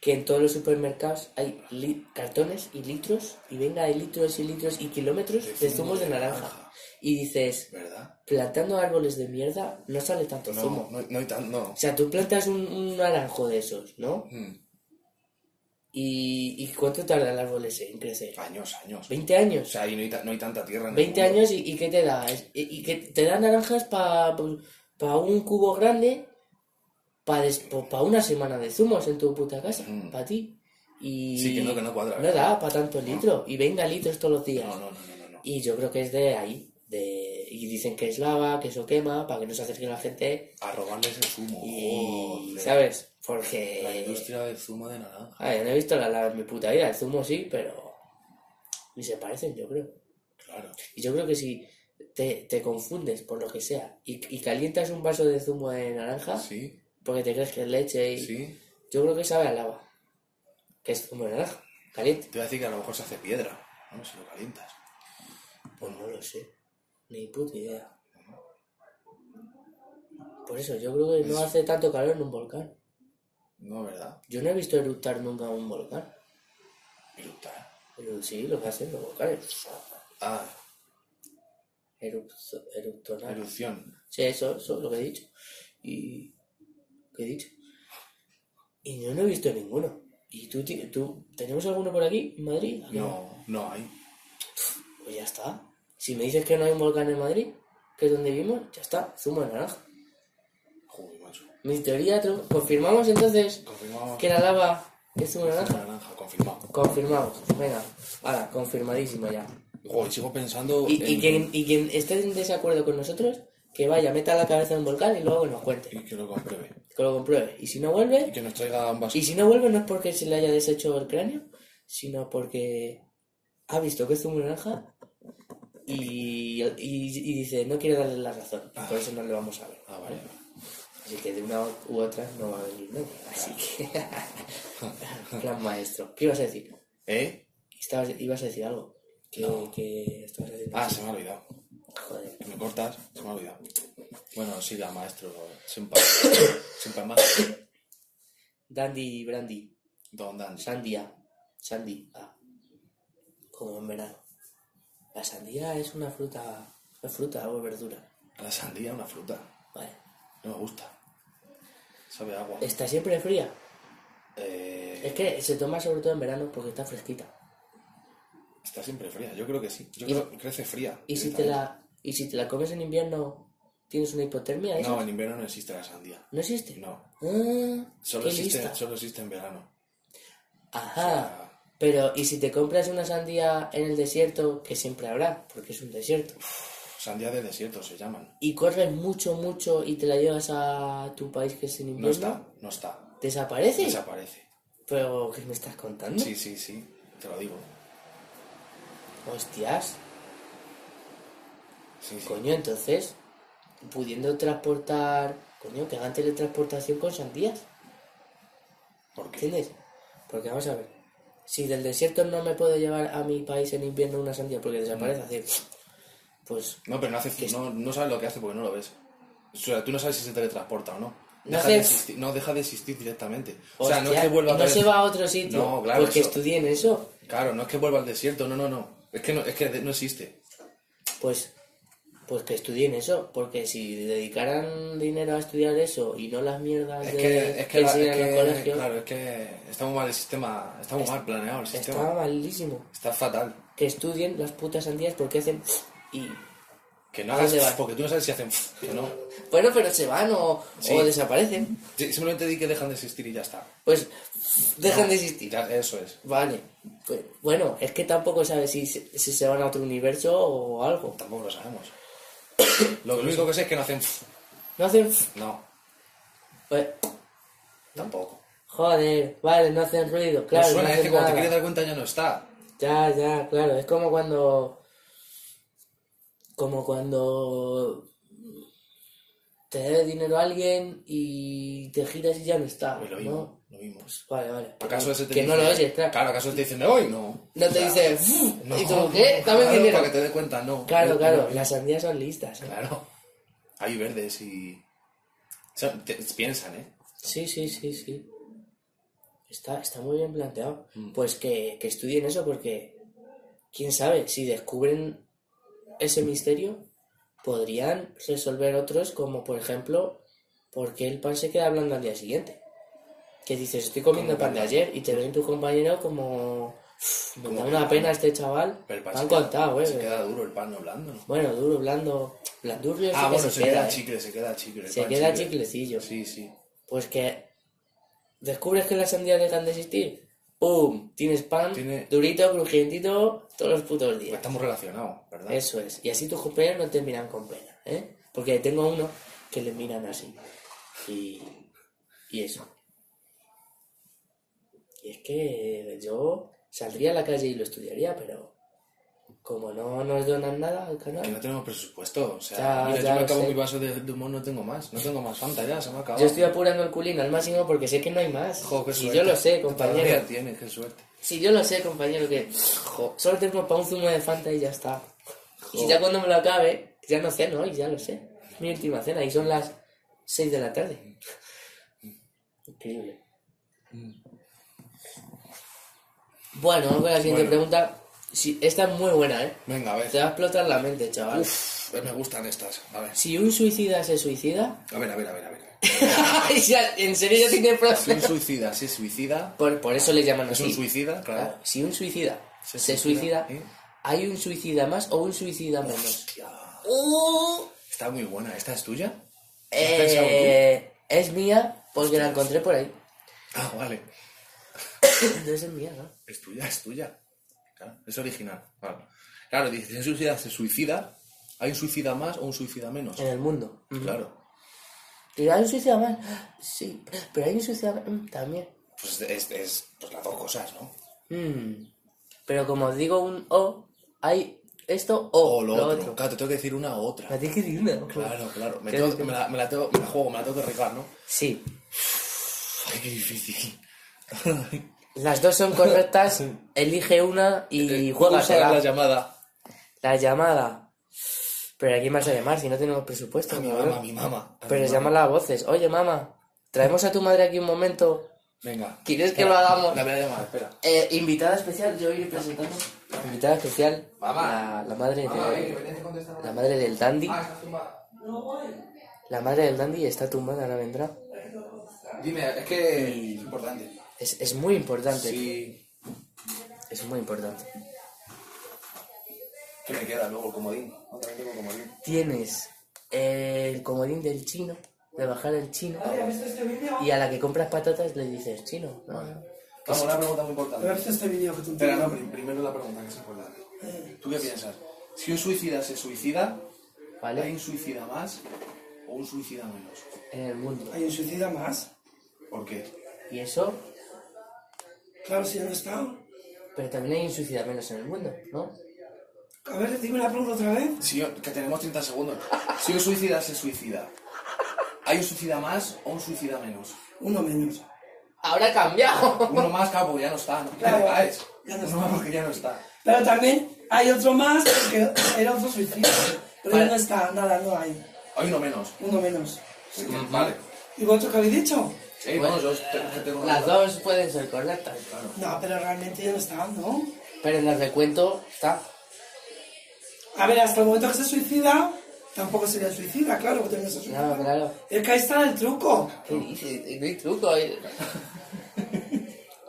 Speaker 1: que en todos los supermercados hay li- cartones y litros? Y venga de litros y litros y kilómetros de zumos de naranja. Y dices,
Speaker 2: ¿Verdad?
Speaker 1: plantando árboles de mierda no sale tanto
Speaker 2: No,
Speaker 1: zumo.
Speaker 2: no, no hay tan... No.
Speaker 1: O sea, tú plantas un, un naranjo de esos, ¿no?
Speaker 2: Mm.
Speaker 1: ¿Y, y cuánto tarda el árbol ese en crecer?
Speaker 2: Años, años.
Speaker 1: ¿20
Speaker 2: O
Speaker 1: años?
Speaker 2: sea, ahí no hay, ta- no hay tanta tierra. en el
Speaker 1: 20
Speaker 2: mundo.
Speaker 1: años y, y ¿qué te da? Es- Y, y que te da naranjas para un cubo grande, para una semana de zumos en tu puta casa,
Speaker 2: Mm.
Speaker 1: para ti. Y
Speaker 2: Sí, que no, que no cuadra.
Speaker 1: no da para tantos litros. Y venga litros todos los días.
Speaker 2: No, no, no, no, no, no.
Speaker 1: Y yo creo que es de ahí. De, y dicen que es lava, que eso quema, para que no se acerque la gente.
Speaker 2: A robarles el zumo.
Speaker 1: Y,
Speaker 2: Joder.
Speaker 1: ¿sabes?
Speaker 2: La
Speaker 1: Porque...
Speaker 2: industria del zumo de naranja.
Speaker 1: Ah, yo no he visto la lava en mi puta vida. El zumo sí, pero... Ni se parecen, yo creo.
Speaker 2: Claro.
Speaker 1: Y yo creo que si te, te confundes por lo que sea y, y calientas un vaso de zumo de naranja
Speaker 2: Sí,
Speaker 1: porque te crees que es leche y...
Speaker 2: sí.
Speaker 1: Yo creo que sabe a lava. Que es zumo de naranja. Caliente.
Speaker 2: Te voy a decir que a lo mejor se hace piedra. Vamos, si lo calientas.
Speaker 1: Pues no lo sé. Ni puta idea. Por eso, yo creo que no hace tanto calor en un volcán.
Speaker 2: No, ¿verdad?
Speaker 1: Yo no he visto eructar nunca un volcán.
Speaker 2: Eructar.
Speaker 1: Pero sí, lo que hacen los volcanes.
Speaker 2: Ah,
Speaker 1: Erupto- eruptonar.
Speaker 2: erupción.
Speaker 1: Sí, eso, eso es lo que he dicho. Y. ¿Qué he dicho? Y yo no he visto ninguno. ¿Y tú, ti- tú tenemos alguno por aquí, en Madrid? ¿Aquí
Speaker 2: No, no hay.
Speaker 1: Pues ya está. Si me dices que no hay un volcán en Madrid, que es donde vivimos, ya está. Zumo de naranja.
Speaker 2: Joder, macho.
Speaker 1: Mi teoría, tru- confirmamos entonces
Speaker 2: Confirmamos.
Speaker 1: que la lava es zumo de
Speaker 2: Naranja,
Speaker 1: naranja.
Speaker 2: naranja, confirmado.
Speaker 1: Confirmamos. Venga, ahora, confirmadísimo ya.
Speaker 2: Joder, sigo pensando
Speaker 1: Y, y
Speaker 2: en-
Speaker 1: quien, y quien esté en desacuerdo con nosotros, que vaya, meta la cabeza en un volcán y luego que nos cuente,
Speaker 2: Y que lo compruebe.
Speaker 1: que lo compruebe. Y si no
Speaker 2: Y
Speaker 1: vuelve,
Speaker 2: que nos traiga un vaso.
Speaker 1: y si no vuelve no es porque se le haya deshecho el cráneo, sino porque ha visto que es zumo de naranja y, y, y dice, no quiere darle la razón, y por eso no le vamos a ver.
Speaker 2: Ah, vale.
Speaker 1: Así que de una u otra no va a venir nunca. Así que. plan maestro. ¿Qué ibas a decir?
Speaker 2: ¿Eh?
Speaker 1: Estabas, ibas a decir algo. Que, que estabas diciendo.
Speaker 2: Ah, se me ha olvidado.
Speaker 1: Joder.
Speaker 2: ¿Me cortas? Se me ha olvidado. Bueno, siga, maestro. Senpai. Senpai más.
Speaker 1: Dandy Brandy.
Speaker 2: Don Dan.
Speaker 1: Sandia. Sandy. Ah. Como en verano. La sandía es una fruta. Es fruta o verdura.
Speaker 2: La sandía es una fruta.
Speaker 1: Vale.
Speaker 2: No me gusta. Sabe a agua.
Speaker 1: Está siempre fría.
Speaker 2: Eh,
Speaker 1: Es que se toma sobre todo en verano porque está fresquita.
Speaker 2: está siempre fría. Yo creo que sí. Yo
Speaker 1: Y-
Speaker 2: creo que crece fría.
Speaker 1: Y si te la. Y si te la comes en invierno, ¿tienes una hipotermia? ¿Eso?
Speaker 2: No, en invierno no existe la sandía.
Speaker 1: ¿No existe?
Speaker 2: No.
Speaker 1: Ah,
Speaker 2: Solo
Speaker 1: qué
Speaker 2: existe,
Speaker 1: lista. Ah.
Speaker 2: solo existe en verano.
Speaker 1: Ajá. Pero, ¿y si te compras una sandía en el desierto, que siempre habrá, porque es un desierto,
Speaker 2: Sandía de desierto se llaman.
Speaker 1: y corres mucho, mucho y te la llevas a tu país que es en invierno,
Speaker 2: No está, no está.
Speaker 1: ¿desaparece?
Speaker 2: Desaparece.
Speaker 1: Pero, ¿qué me estás contando?
Speaker 2: Sí, sí, sí. Te lo digo.
Speaker 1: Hostias,
Speaker 2: Sí, sí.
Speaker 1: coño, entonces, pudiendo transportar, coño, que hagan teletransportación con sandías,
Speaker 2: ¿Por qué?
Speaker 1: ¿entiendes? Porque vamos a ver, si del desierto no me puedo llevar a mi país en invierno una sandía porque desaparece,
Speaker 2: Mm.
Speaker 1: así, pues
Speaker 2: No, pero no hace, no, no sabes lo que hace porque no lo ves. O sea, tú no sabes si se teletransporta o no. Deja
Speaker 1: hace-
Speaker 2: de existir, no, deja de existir directamente. O sea, no es
Speaker 1: Hostia,
Speaker 2: que vuelva
Speaker 1: y
Speaker 2: otra
Speaker 1: no se
Speaker 2: vez-
Speaker 1: va a otro sitio.
Speaker 2: No, claro,
Speaker 1: Porque
Speaker 2: eso-
Speaker 1: estudien eso.
Speaker 2: Claro, no es que vuelva al desierto, no, no, no. Es que no, es que de- no existe.
Speaker 1: Pues, pues que estudien eso. Porque si dedicaran dinero a estudiar eso y no las mierdas
Speaker 2: Es
Speaker 1: de,
Speaker 2: que, es que, la-
Speaker 1: enseñan en los
Speaker 2: es que-
Speaker 1: colegios,
Speaker 2: claro, es que está muy mal el sistema, está muy mal planeado el sistema.
Speaker 1: está malísimo.
Speaker 2: Está fatal.
Speaker 1: Que estudien las putas sandías porque hacen. Y.
Speaker 2: Que no
Speaker 1: ¿A
Speaker 2: hagas
Speaker 1: dónde vas?
Speaker 2: porque tú no sabes si hacen o no.
Speaker 1: Bueno, pero se van o,
Speaker 2: Sí.
Speaker 1: o desaparecen.
Speaker 2: Sí, Simplemente di que dejan de existir y ya está.
Speaker 1: Pues dejan
Speaker 2: No,
Speaker 1: de existir.
Speaker 2: ya- eso es.
Speaker 1: Vale. Pues, bueno, es que tampoco sabes si, se- si se van a otro universo o algo.
Speaker 2: Tampoco lo sabemos. lo único que sé es que no hacen
Speaker 1: No hacen.
Speaker 2: No,
Speaker 1: pues,
Speaker 2: tampoco.
Speaker 1: Joder, vale, no hacen ruido, claro.
Speaker 2: no suena, es
Speaker 1: hacen
Speaker 2: que cuando te
Speaker 1: nada.
Speaker 2: quieres dar cuenta ya no está.
Speaker 1: Ya, ya, claro. Es como cuando. Como cuando. Te debe dinero a alguien y te giras y ya no está.
Speaker 2: Pues lo
Speaker 1: ¿no?
Speaker 2: mismo, lo mismo.
Speaker 1: Vale, vale.
Speaker 2: ¿Acaso ese te
Speaker 1: que no
Speaker 2: dice-
Speaker 1: lo oyes, claro.
Speaker 2: ¿acaso te dicen me voy? No.
Speaker 1: No te
Speaker 2: Ya.
Speaker 1: dice. "Mm",
Speaker 2: No.
Speaker 1: ¿Y tú qué? Dame
Speaker 2: Claro,
Speaker 1: dinero.
Speaker 2: Para que te dé cuenta, no.
Speaker 1: Claro,
Speaker 2: No,
Speaker 1: claro.
Speaker 2: no.
Speaker 1: Las sandías son listas. ¿eh?
Speaker 2: Claro. Hay verdes y. o sea, te- piensan, ¿eh?
Speaker 1: Sí, sí, sí, sí. Está, está muy bien planteado.
Speaker 2: Mm.
Speaker 1: Pues que, que estudien eso porque, quién sabe, si descubren ese misterio, podrían resolver otros como, por ejemplo, por qué el pan se queda blando al día siguiente. Que dices, estoy comiendo pan de ayer y te ven tu compañero como... "Uf, Me
Speaker 2: Como
Speaker 1: Pues da
Speaker 2: que-
Speaker 1: una pena este chaval.
Speaker 2: Pero
Speaker 1: Me
Speaker 2: el pan
Speaker 1: han
Speaker 2: se queda-
Speaker 1: contado,
Speaker 2: Se
Speaker 1: eh.
Speaker 2: queda duro el pan no blando. ¿no?
Speaker 1: Bueno, duro, blando, blandurrio. sí
Speaker 2: Ah,
Speaker 1: que
Speaker 2: bueno, se queda
Speaker 1: eh.
Speaker 2: chicle, se queda chicle. el
Speaker 1: Se
Speaker 2: pan
Speaker 1: queda chiclecillo.
Speaker 2: Sí, sí.
Speaker 1: Pues que descubres que las sandías dejan de existir. ¡Pum! Tienes pan
Speaker 2: Tiene-
Speaker 1: durito, crujientito, todos los putos
Speaker 2: Pues
Speaker 1: días.
Speaker 2: estamos relacionados, ¿verdad?
Speaker 1: Eso es. Y así tus compañeros no te miran con pena, ¿eh? Porque tengo uno que le miran así. Y, y eso. Y es que yo saldría a la calle y lo estudiaría, pero como no nos donan nada al
Speaker 2: Que
Speaker 1: canal,
Speaker 2: no tenemos presupuesto. O sea,
Speaker 1: Ya,
Speaker 2: mira,
Speaker 1: ya
Speaker 2: yo me
Speaker 1: lo
Speaker 2: acabo
Speaker 1: sé.
Speaker 2: mi vaso de, de humor, no tengo más. No tengo más Fanta ya, se me ha acabado.
Speaker 1: yo estoy apurando el culín al máximo porque sé que no hay más.
Speaker 2: Jo, qué
Speaker 1: y
Speaker 2: suerte.
Speaker 1: yo lo sé,
Speaker 2: Qué
Speaker 1: compañero.
Speaker 2: tarea tienes, qué suerte.
Speaker 1: Si yo lo sé, compañero, que jo, solo tengo para un zumo de Fanta y ya está.
Speaker 2: Jo.
Speaker 1: Y ya cuando me lo acabe, ya no ceno, y ya lo sé. Es mi última cena y son las 6 de la tarde. Increíble. Bueno, vamos con la siguiente
Speaker 2: Bueno.
Speaker 1: pregunta. Sí, esta es muy buena, ¿eh?
Speaker 2: Venga, a ver.
Speaker 1: Te va a explotar la mente, chaval.
Speaker 2: Uf, me gustan estas. A ver,
Speaker 1: Si un suicida se suicida...
Speaker 2: a ver, a ver, a ver. A ver.
Speaker 1: Ay, ya, ¿En serio ya tiene
Speaker 2: Si un
Speaker 1: problemas?
Speaker 2: suicida se suicida,
Speaker 1: Por, por eso le llaman
Speaker 2: es
Speaker 1: así.
Speaker 2: un suicida,
Speaker 1: Claro,
Speaker 2: claro.
Speaker 1: Si un suicida se,
Speaker 2: Se
Speaker 1: suicida,
Speaker 2: suicida, ¿eh?
Speaker 1: ¿hay un suicida más o un suicida menos?
Speaker 2: Hostia,
Speaker 1: Uh,
Speaker 2: está muy buena. ¿Esta es tuya?
Speaker 1: eh,
Speaker 2: pensado
Speaker 1: es mía porque la encontré por ahí.
Speaker 2: Ah, vale.
Speaker 1: Entonces es mía, ¿no?
Speaker 2: Es tuya, es tuya. Claro, es original. Claro, claro dice, si un suicida se suicida, ¿Hay un suicida más o un suicida menos?
Speaker 1: en el mundo.
Speaker 2: Claro.
Speaker 1: ¿Y hay un suicida más? Sí, pero hay un suicida mm, también.
Speaker 2: Pues es, es pues las dos cosas, ¿no?
Speaker 1: Mm. Pero como digo un O, hay esto o,
Speaker 2: O lo, otro. Claro, te tengo que decir una u otra.
Speaker 1: Me tienes que decir una.
Speaker 2: Claro, claro. Me,
Speaker 1: ¿Qué
Speaker 2: tengo-
Speaker 1: dices?
Speaker 2: me la, me la tengo- me la juego, me la tengo que arreglar, ¿no?
Speaker 1: Sí,
Speaker 2: Ay, qué difícil.
Speaker 1: las dos son correctas, elige una y juegas
Speaker 2: Usa Eh, la llamada.
Speaker 1: La llamada. Pero ¿a quién vas a llamar si no tenemos presupuesto?
Speaker 2: A mi
Speaker 1: cabrón?
Speaker 2: mamá, a mi mamá. a mi
Speaker 1: Pero
Speaker 2: mamá.
Speaker 1: llámala a voces. Oye, mamá, traemos a tu madre aquí un momento.
Speaker 2: Venga.
Speaker 1: ¿Quieres que
Speaker 2: Espera,
Speaker 1: lo hagamos?
Speaker 2: La voy a llamar, espera.
Speaker 1: Eh, invitada especial, yo iré presentando. Invitada especial, la, la
Speaker 2: Ah,
Speaker 1: madre de, Eh, la madre del dandy. La madre del dandy está tumbada, ahora vendrá.
Speaker 2: Dime, es que es importante.
Speaker 1: Es, es muy importante.
Speaker 2: Sí.
Speaker 1: Es muy importante.
Speaker 2: ¿Qué me queda luego? El comodín. Otra vez tengo el comodín.
Speaker 1: Tienes el comodín del chino, de bajar el chino,
Speaker 3: este
Speaker 1: y a la que compras patatas le dices chino. ¿no?
Speaker 2: Vamos, una pregunta muy importante.
Speaker 3: ¿Has visto este vídeo que tú
Speaker 2: Espera, no, prim- primero la pregunta que es importante. ¿Tú qué piensas? Si un suicida se suicida, ¿hay
Speaker 1: ¿Vale?
Speaker 2: un suicida más o un suicida menos?
Speaker 1: En el mundo.
Speaker 3: ¿Hay un suicida más?
Speaker 2: ¿Por qué?
Speaker 1: Y eso,
Speaker 3: Claro, si ya no está.
Speaker 1: pero también hay insuicidad menos en el mundo, ¿no?
Speaker 3: A ver, dime la pregunta otra vez.
Speaker 2: Si yo- que tenemos 30 segundos. Si un suicida se suicida, ¿hay un suicida más o un suicida menos?
Speaker 3: Uno menos.
Speaker 1: Ahora ha cambiado.
Speaker 2: Uno más, claro, porque ya no está. ¿no?
Speaker 3: Claro,
Speaker 2: Ah, es.
Speaker 3: ya no
Speaker 2: Uno
Speaker 3: está.
Speaker 2: más porque ya no está.
Speaker 3: Pero también hay otro más porque era otro suicida. Pero ya
Speaker 1: Vale.
Speaker 3: no está, nada, no hay.
Speaker 2: Hay uno menos.
Speaker 3: Uno menos.
Speaker 2: Sí, Vale.
Speaker 3: ¿Y vosotros qué habéis dicho?
Speaker 2: Eh, no, yo te- tengo
Speaker 1: Las dos pueden ser correctas.
Speaker 3: No, pero realmente ya no está, ¿no?
Speaker 1: Pero en el recuento está.
Speaker 3: A ver, hasta el momento que se suicida, tampoco sería suicida, claro, porque no se suicida.
Speaker 1: No, claro.
Speaker 3: Es que ahí está el truco.
Speaker 1: ¿Qué dices? No hay truco. ahí.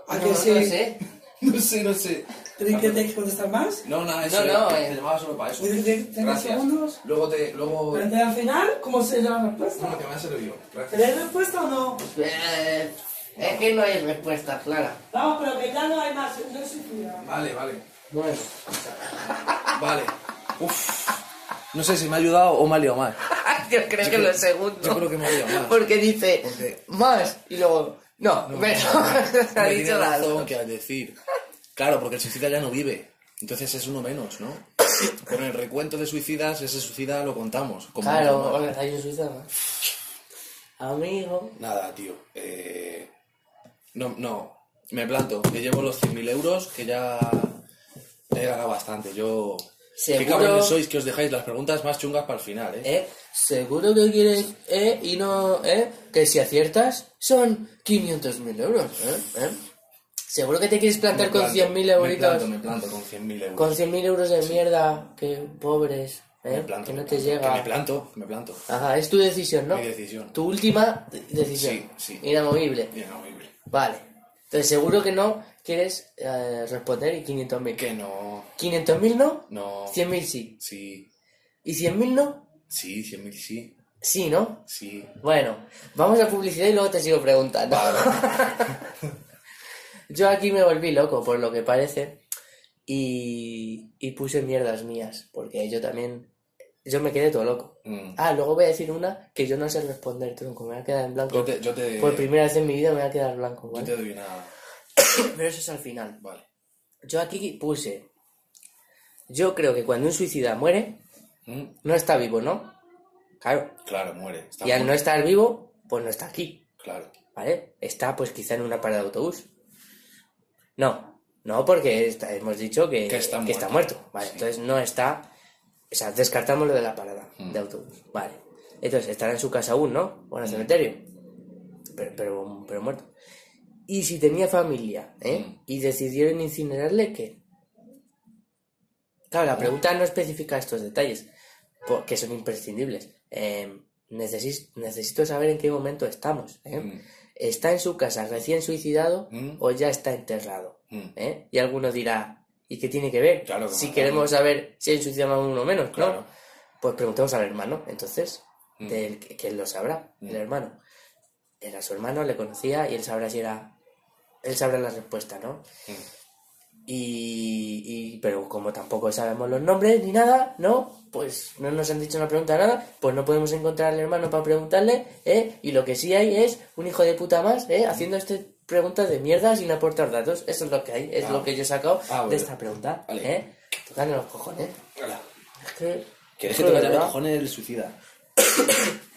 Speaker 3: ¿A
Speaker 1: No,
Speaker 3: que
Speaker 1: no
Speaker 3: sí?
Speaker 1: sé.
Speaker 2: No sé, no sé.
Speaker 3: ¿Pero y qué tenéis que contestar más?
Speaker 2: No, nada, eso
Speaker 1: No,
Speaker 2: era.
Speaker 1: no,
Speaker 2: te
Speaker 1: eh.
Speaker 2: llamaba solo para eso.
Speaker 3: ¿Tienes- tienes segundos?
Speaker 2: Luego te. Luego.
Speaker 3: Pero entonces, al final, ¿cómo sería la
Speaker 2: Bueno,
Speaker 3: respuesta?
Speaker 2: que me ha servido. Gracias.
Speaker 3: ¿Tenéis respuesta o no?
Speaker 1: Eh, Es que no hay respuesta clara.
Speaker 3: Vamos, pero que ya no hay más, no es suicida.
Speaker 2: Vale, vale.
Speaker 1: Bueno.
Speaker 2: Vale. Uf. No sé si me ha ayudado o me ha liado más.
Speaker 1: Yo creo que lo segundo.
Speaker 2: yo creo que me ha liado más.
Speaker 1: Porque dice
Speaker 2: Porque-
Speaker 1: más y luego. No, menos. ha
Speaker 2: Me tiene
Speaker 1: dicho las
Speaker 2: razón
Speaker 1: dos.
Speaker 2: que al decir. Claro, porque el suicida ya no vive. Entonces es uno menos, ¿no? Con el recuento de suicidas, ese suicida lo contamos. como
Speaker 1: Claro,
Speaker 2: normal.
Speaker 1: hola, hay un suicida más. Amigo.
Speaker 2: Nada, tío. eh, No, no. Me planto. Me llevo los 100.000 euros que ya he ganado bastante. Yo. Qué
Speaker 1: Seguro-
Speaker 2: cabrones sois que os dejáis las preguntas más chungas para el final, ¿eh?
Speaker 1: ¿Eh? Seguro que quieres, ¿eh? Y no, ¿eh? Que si aciertas son 500.000 euros, ¿eh? ¿eh? Seguro que te quieres plantar
Speaker 2: Me
Speaker 1: con
Speaker 2: planto,
Speaker 1: 100.000
Speaker 2: Me planto,
Speaker 1: euritos.
Speaker 2: me planto con 100.000 euros.
Speaker 1: Con 100.000 euros de mierda, que pobres,
Speaker 2: Me
Speaker 1: ¿eh?
Speaker 2: planto,
Speaker 1: que no
Speaker 2: me
Speaker 1: te
Speaker 2: planto, Que me
Speaker 1: llega.
Speaker 2: planto, me planto.
Speaker 1: Ajá, es tu decisión, ¿no?
Speaker 2: Mi decisión.
Speaker 1: Tu última de- decisión.
Speaker 2: Sí, sí.
Speaker 1: Inamovible.
Speaker 2: Bien, horrible.
Speaker 1: Vale. Entonces seguro que no quieres eh, responder y 500.000.
Speaker 2: Que no.
Speaker 1: 500.000 no,
Speaker 2: No.
Speaker 1: 100.000 sí.
Speaker 2: Sí,
Speaker 1: ¿Y 100.000 no?
Speaker 2: sí, 100.000 sí.
Speaker 1: Sí, ¿no?
Speaker 2: Sí.
Speaker 1: Bueno, vamos a publicidad y luego te sigo preguntando. Yo aquí me volví loco, por lo que parece, y, y puse mierdas mías, porque yo también, yo me quedé todo loco.
Speaker 2: Mm.
Speaker 1: Ah, luego voy a decir una que yo no sé responder, tronco, me voy a quedar en blanco.
Speaker 2: Yo te, yo te,
Speaker 1: Por primera vez en mi vida me voy a quedar blanco,
Speaker 2: yo
Speaker 1: ¿vale?
Speaker 2: te doy una.
Speaker 1: Pero eso es al final.
Speaker 2: Vale.
Speaker 1: Yo aquí puse, yo creo que cuando un suicida muere,
Speaker 2: Mm.
Speaker 1: no está vivo, ¿no? Claro.
Speaker 2: Claro, muere. Está
Speaker 1: Y al
Speaker 2: muerto,
Speaker 1: no estar vivo, pues no está aquí.
Speaker 2: Claro.
Speaker 1: ¿vale? Está pues quizá en una parada de autobús. No, no, porque está- hemos dicho que,
Speaker 2: Que está muerto.
Speaker 1: muerto. Vale,
Speaker 2: Sí.
Speaker 1: entonces no está. O sea, descartamos lo de la parada
Speaker 2: Mm.
Speaker 1: de autobús. Vale. Entonces estará en su casa aún, ¿no? O en el cementerio. Pero, pero, pero muerto. Y si tenía familia, ¿eh?
Speaker 2: Mm.
Speaker 1: Y decidieron incinerarle, ¿qué? Claro, la pregunta no especifica estos detalles, porque son imprescindibles. Eh, necesis- necesito saber en qué momento estamos. ¿eh?
Speaker 2: Mm.
Speaker 1: ¿Está en su casa recién suicidado
Speaker 2: Mm.
Speaker 1: o ya está enterrado?
Speaker 2: Mm.
Speaker 1: ¿eh? Y alguno dirá, ¿y qué tiene que ver?
Speaker 2: Claro que
Speaker 1: si
Speaker 2: no,
Speaker 1: queremos saber si hay un suicidio más o uno menos, ¿no?
Speaker 2: Claro.
Speaker 1: Pues preguntemos al hermano, entonces,
Speaker 2: Mm.
Speaker 1: del que, que él lo sabrá,
Speaker 2: Mm.
Speaker 1: el hermano. Era su hermano, le conocía y él sabrá si era... Él sabrá la respuesta, ¿no?
Speaker 2: Mm.
Speaker 1: Y, y- pero como tampoco sabemos los nombres ni nada, ¿no? pues no nos han dicho una pregunta nada, pues no podemos encontrar al hermano para preguntarle, ¿eh? Y lo que sí hay es un hijo de puta más, ¿eh? Haciendo estas preguntas de mierda sin aportar datos. Eso es lo que hay, es
Speaker 2: Ah.
Speaker 1: lo que yo he sacado
Speaker 2: Ah, bueno.
Speaker 1: de esta pregunta,
Speaker 2: Vale.
Speaker 1: ¿eh? Tocando los cojones.
Speaker 2: Hola.
Speaker 1: Es que...
Speaker 2: ¿Quieres
Speaker 1: es de
Speaker 2: que te vaya a los
Speaker 1: verdad,
Speaker 2: cojones el suicida?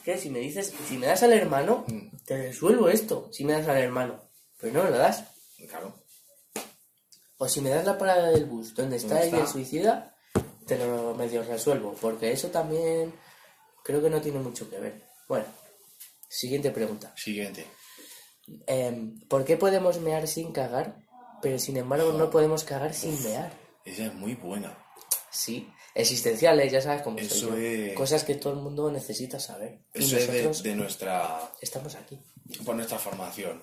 Speaker 1: que si me dices, si me das al hermano,
Speaker 2: Mm.
Speaker 1: te resuelvo esto, si me das al hermano. Pero no me lo das.
Speaker 2: Claro.
Speaker 1: O si me das la parada del bus donde está
Speaker 2: ¿Dónde
Speaker 1: ahí
Speaker 2: está?
Speaker 1: el suicida, te lo medio resuelvo. Porque eso también creo que no tiene mucho que ver. Bueno, siguiente pregunta.
Speaker 2: Siguiente.
Speaker 1: Em, ¿Por qué podemos mear sin cagar, pero sin embargo no podemos cagar sin mear?
Speaker 2: Esa es muy buena.
Speaker 1: Sí, existenciales, ya sabes cómo soy
Speaker 2: Eso
Speaker 1: yo.
Speaker 2: es-
Speaker 1: Cosas que todo el mundo necesita saber. Y
Speaker 2: Eso es
Speaker 1: nosotros
Speaker 2: de, de nuestra,
Speaker 1: estamos aquí.
Speaker 2: por nuestra formación.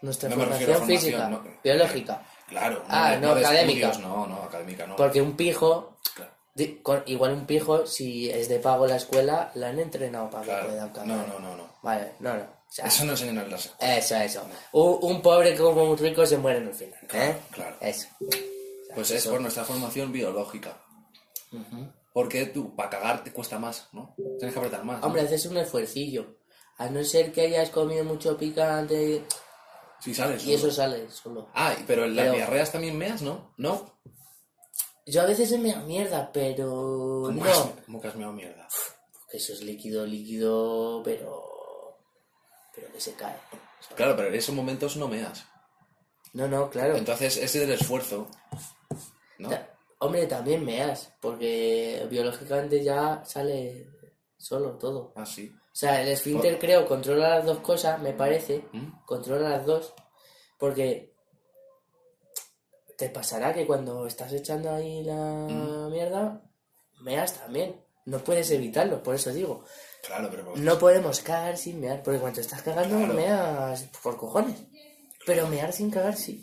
Speaker 1: Nuestra
Speaker 2: No me refiero a
Speaker 1: formación
Speaker 2: formación,
Speaker 1: física,
Speaker 2: no.
Speaker 1: biológica.
Speaker 2: Claro.
Speaker 1: Ah,
Speaker 2: de-
Speaker 1: no,
Speaker 2: de
Speaker 1: académica.
Speaker 2: estudios, no, no, académica no.
Speaker 1: Porque un pijo
Speaker 2: Claro.
Speaker 1: Di- con- igual un pijo, si es de pago la escuela, la han entrenado para que
Speaker 2: Claro.
Speaker 1: pueda cagar.
Speaker 2: No, no, no, no.
Speaker 1: Vale, no, no. O sea,
Speaker 2: Eso no se en las...
Speaker 1: eso, eso. Un, un pobre como un rico se muere en el final. ¿eh?
Speaker 2: Claro, claro.
Speaker 1: Eso.
Speaker 2: Pues es por nuestra formación biológica. Porque tú, para cagar te cuesta más, ¿no? Tienes que apretar más. ¿no?
Speaker 1: Hombre, haces un esfuercillo. A no ser que hayas comido mucho picante
Speaker 2: Sí, sales.
Speaker 1: y eso
Speaker 2: solo.
Speaker 1: sale solo.
Speaker 2: Ah, y- pero en las
Speaker 1: Pero-
Speaker 2: diarreas también meas, ¿no? ¿No?
Speaker 1: Yo a veces me da mierda, pero
Speaker 2: ¿Cómo,
Speaker 1: Pues no.
Speaker 2: que has- cómo que has meado mierda?
Speaker 1: Porque eso es líquido, líquido, pero... Pero que se cae.
Speaker 2: Claro, pero en esos momentos no meas.
Speaker 1: No, no, claro.
Speaker 2: Entonces, ese es el esfuerzo. ¿No?
Speaker 1: Ta- Hombre, también meas, porque biológicamente ya sale solo todo.
Speaker 2: Ah, sí.
Speaker 1: O sea, el esfínter
Speaker 2: Por-
Speaker 1: creo controla las dos cosas, me parece.
Speaker 2: ¿Mm?
Speaker 1: Controla las dos, porque te pasará que cuando estás echando ahí la
Speaker 2: Mm.
Speaker 1: mierda, meas también. No puedes evitarlo, por eso digo.
Speaker 2: Claro, pero. pues,
Speaker 1: No podemos cagar sin mear, porque cuando estás cagando
Speaker 2: Claro.
Speaker 1: meas por cojones. Pero mear sin cagar sí.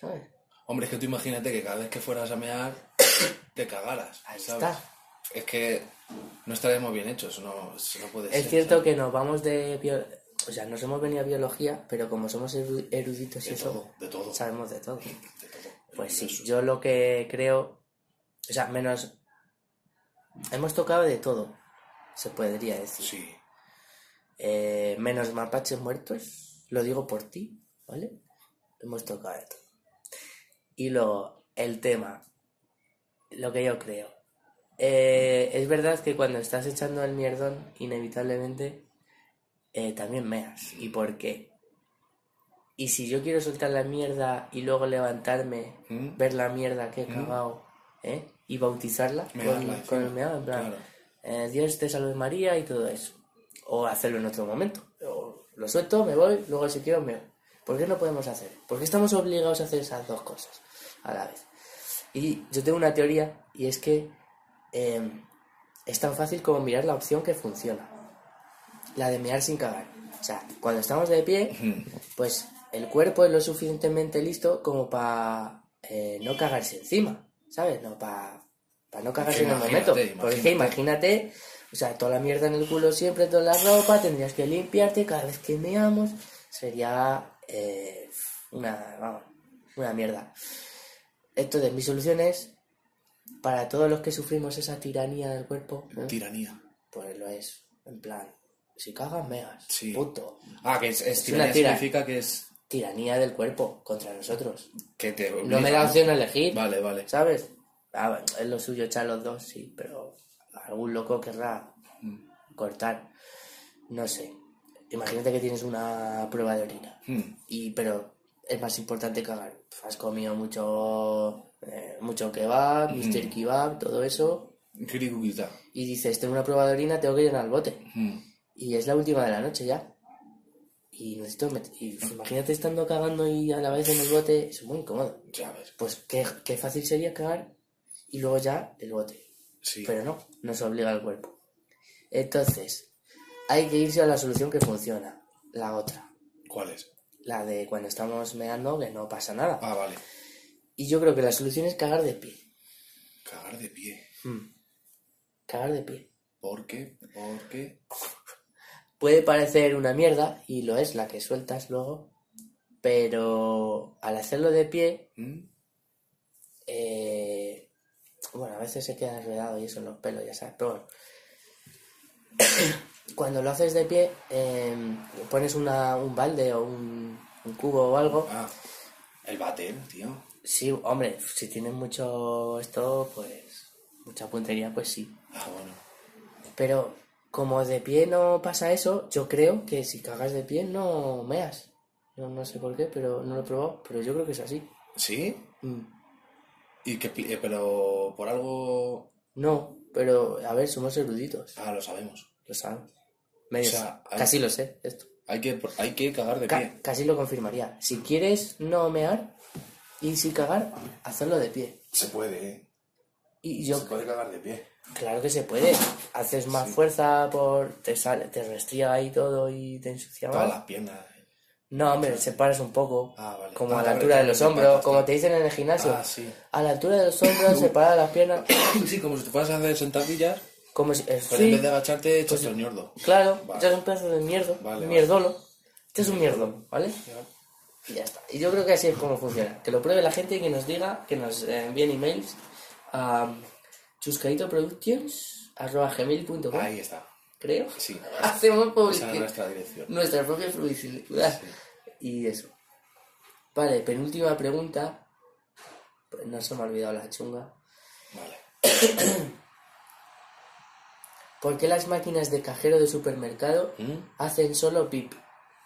Speaker 1: ¿Sabes?
Speaker 2: Hombre, es que tú imagínate que cada vez que fueras a mear, te cagaras.
Speaker 1: Ahí
Speaker 2: ¿sabes?
Speaker 1: está.
Speaker 2: Es que no estaremos bien hechos, no, eso no puede ser.
Speaker 1: Es cierto que nos vamos de... bio- O sea, nos hemos venido a biología, pero como somos eru- eruditos y
Speaker 2: De
Speaker 1: eso,
Speaker 2: todo, de todo.
Speaker 1: sabemos de todo.
Speaker 2: de todo.
Speaker 1: Pues sí,
Speaker 2: Eso.
Speaker 1: yo lo que creo... O sea, menos... Hemos tocado de todo, se podría decir.
Speaker 2: Sí.
Speaker 1: Eh, menos mapaches muertos, lo digo por ti, ¿vale? Hemos tocado de todo. Y luego, el tema, lo que yo creo. Eh, es verdad que cuando estás echando el mierdón, inevitablemente, eh, también meas. ¿Y por qué? Y si yo quiero soltar la mierda y luego levantarme,
Speaker 2: ¿Mm?
Speaker 1: ver la mierda que he
Speaker 2: Mm.
Speaker 1: cagado, ¿eh? Y bautizarla
Speaker 2: Mearla
Speaker 1: con,
Speaker 2: encima.
Speaker 1: con el meado, en plan,
Speaker 2: Claro.
Speaker 1: eh, Dios te salve María y todo eso. O hacerlo en otro momento. O lo suelto, me voy, luego si quiero me voy. ¿Por qué no podemos hacer? Porque estamos obligados a hacer esas dos cosas a la vez. Y yo tengo una teoría y es que eh, es tan fácil como mirar la opción que funciona. La de mirar sin cagar. O sea, cuando estamos de pie,
Speaker 2: Mm,
Speaker 1: pues el cuerpo es lo suficientemente listo como para no cagarse encima, ¿sabes? No, para no cagarse en el
Speaker 2: Imagínate,
Speaker 1: momento. Porque es que imagínate, o sea, toda la mierda en el culo siempre, toda la ropa, tendrías que limpiarte cada vez que meamos, sería eh, una, vamos, una mierda. Entonces, mi solución es, para todos los que sufrimos esa tiranía del cuerpo, ¿eh?
Speaker 2: Tiranía.
Speaker 1: pues lo es, en plan, si cagas, megas,
Speaker 2: Sí.
Speaker 1: puto,
Speaker 2: Ah, que es, es
Speaker 1: Es
Speaker 2: tiranía
Speaker 1: una tira.
Speaker 2: significa que es.
Speaker 1: tiranía del cuerpo contra nosotros.
Speaker 2: Que te
Speaker 1: No
Speaker 2: obliga,
Speaker 1: me da opción a elegir,
Speaker 2: Pues Vale, vale.
Speaker 1: ¿sabes? Ah, bueno, es lo suyo echar los dos, sí, pero algún loco querrá cortar. No sé. Imagínate que tienes una prueba de orina.
Speaker 2: Hmm.
Speaker 1: Y, pero es más importante cagar. Pues Has comido mucho, eh, mucho kebab, Mr. Kebab, todo eso.
Speaker 2: Kirikuguita.
Speaker 1: Y dices, tengo una prueba de orina, tengo que llenar el bote.
Speaker 2: Hmm.
Speaker 1: Y es la última de la noche ya. Y necesito met- y, pues, imagínate estando cagando y a la vez en el bote, es muy incómodo.
Speaker 2: Ya ves.
Speaker 1: Pues qué, qué fácil sería cagar y luego ya el bote.
Speaker 2: Sí.
Speaker 1: Pero no, nos obliga el cuerpo. Entonces, hay que irse a la solución que funciona. La otra.
Speaker 2: ¿Cuál es?
Speaker 1: La de cuando estamos meando que no pasa nada.
Speaker 2: Ah, vale.
Speaker 1: Y yo creo que la solución es cagar de pie.
Speaker 2: Cagar de pie.
Speaker 1: Cagar de pie.
Speaker 2: ¿Por qué? ¿Por qué?
Speaker 1: Puede parecer una mierda, y lo es la que sueltas luego,
Speaker 2: Mm.
Speaker 1: pero al hacerlo de pie
Speaker 2: Hmm.
Speaker 1: eh, Bueno, a veces se queda enredado y eso en los pelos, ya sabes, pero bueno. Cuando lo haces de pie, eh, pones una, un balde o un, un cubo o algo.
Speaker 2: Ah, el bater, tío.
Speaker 1: Sí, hombre, si tienes mucho esto, pues mucha puntería, pues sí.
Speaker 2: Ah, bueno.
Speaker 1: Pero como de pie no pasa eso, yo creo que si cagas de pie no meas. No, no sé por qué, pero no lo he probado, pero yo creo que es así.
Speaker 2: ¿Sí?
Speaker 1: Mm.
Speaker 2: Y que, pli- eh, pero por algo...
Speaker 1: No, pero a ver, somos eruditos.
Speaker 2: Ah, lo sabemos.
Speaker 1: Lo saben. Medio-
Speaker 2: O sea, hay-
Speaker 1: casi lo sé, esto.
Speaker 2: Hay que, hay que cagar de
Speaker 1: Ca-
Speaker 2: pie.
Speaker 1: casi lo confirmaría. Si quieres no mear y si cagar, hacerlo de pie.
Speaker 4: Se puede, ¿eh?
Speaker 1: Y yo,
Speaker 4: Se puede cagar de pie.
Speaker 1: claro que se puede. Haces más fuerza por. te sale, te restría ahí todo y te ensucia
Speaker 2: Para
Speaker 1: más.
Speaker 2: las piernas.
Speaker 1: No, hombre, separas un poco.
Speaker 2: Ah, vale.
Speaker 1: Como a
Speaker 2: Ah,
Speaker 1: la
Speaker 2: claro,
Speaker 1: altura de
Speaker 2: te-
Speaker 1: los
Speaker 2: te
Speaker 1: hombros,
Speaker 2: patas,
Speaker 1: como
Speaker 2: sí.
Speaker 1: te dicen en el gimnasio.
Speaker 2: Ah, sí.
Speaker 1: A la altura de los hombros, separas las piernas.
Speaker 2: Sí, como si te fueras a hacer sentadillas,
Speaker 1: Como si. eh,
Speaker 2: pero
Speaker 1: sí,
Speaker 2: en vez de agacharte, echas el ñordo.
Speaker 1: Claro,
Speaker 2: Vale.
Speaker 1: echas un pedazo de mierdo.
Speaker 2: Vale,
Speaker 1: mierdolo. Este es un mierdo, ¿vale? Y ya está. Y yo creo que así es como funciona. Que lo pruebe la gente y que nos diga, que nos eh, envíen emails a chuscaitoproductions.gmail.com
Speaker 2: Ahí está.
Speaker 1: creo.
Speaker 2: Sí.
Speaker 1: Hacemos
Speaker 2: Esa es
Speaker 1: publicidad.
Speaker 2: nuestra dirección.
Speaker 1: Nuestra propia publicidad. Y eso. Vale, penúltima pregunta. Pues No se me ha olvidado la chunga.
Speaker 2: Vale.
Speaker 1: ¿Por qué las máquinas de cajero de supermercado
Speaker 2: ¿Mm?
Speaker 1: hacen solo pip?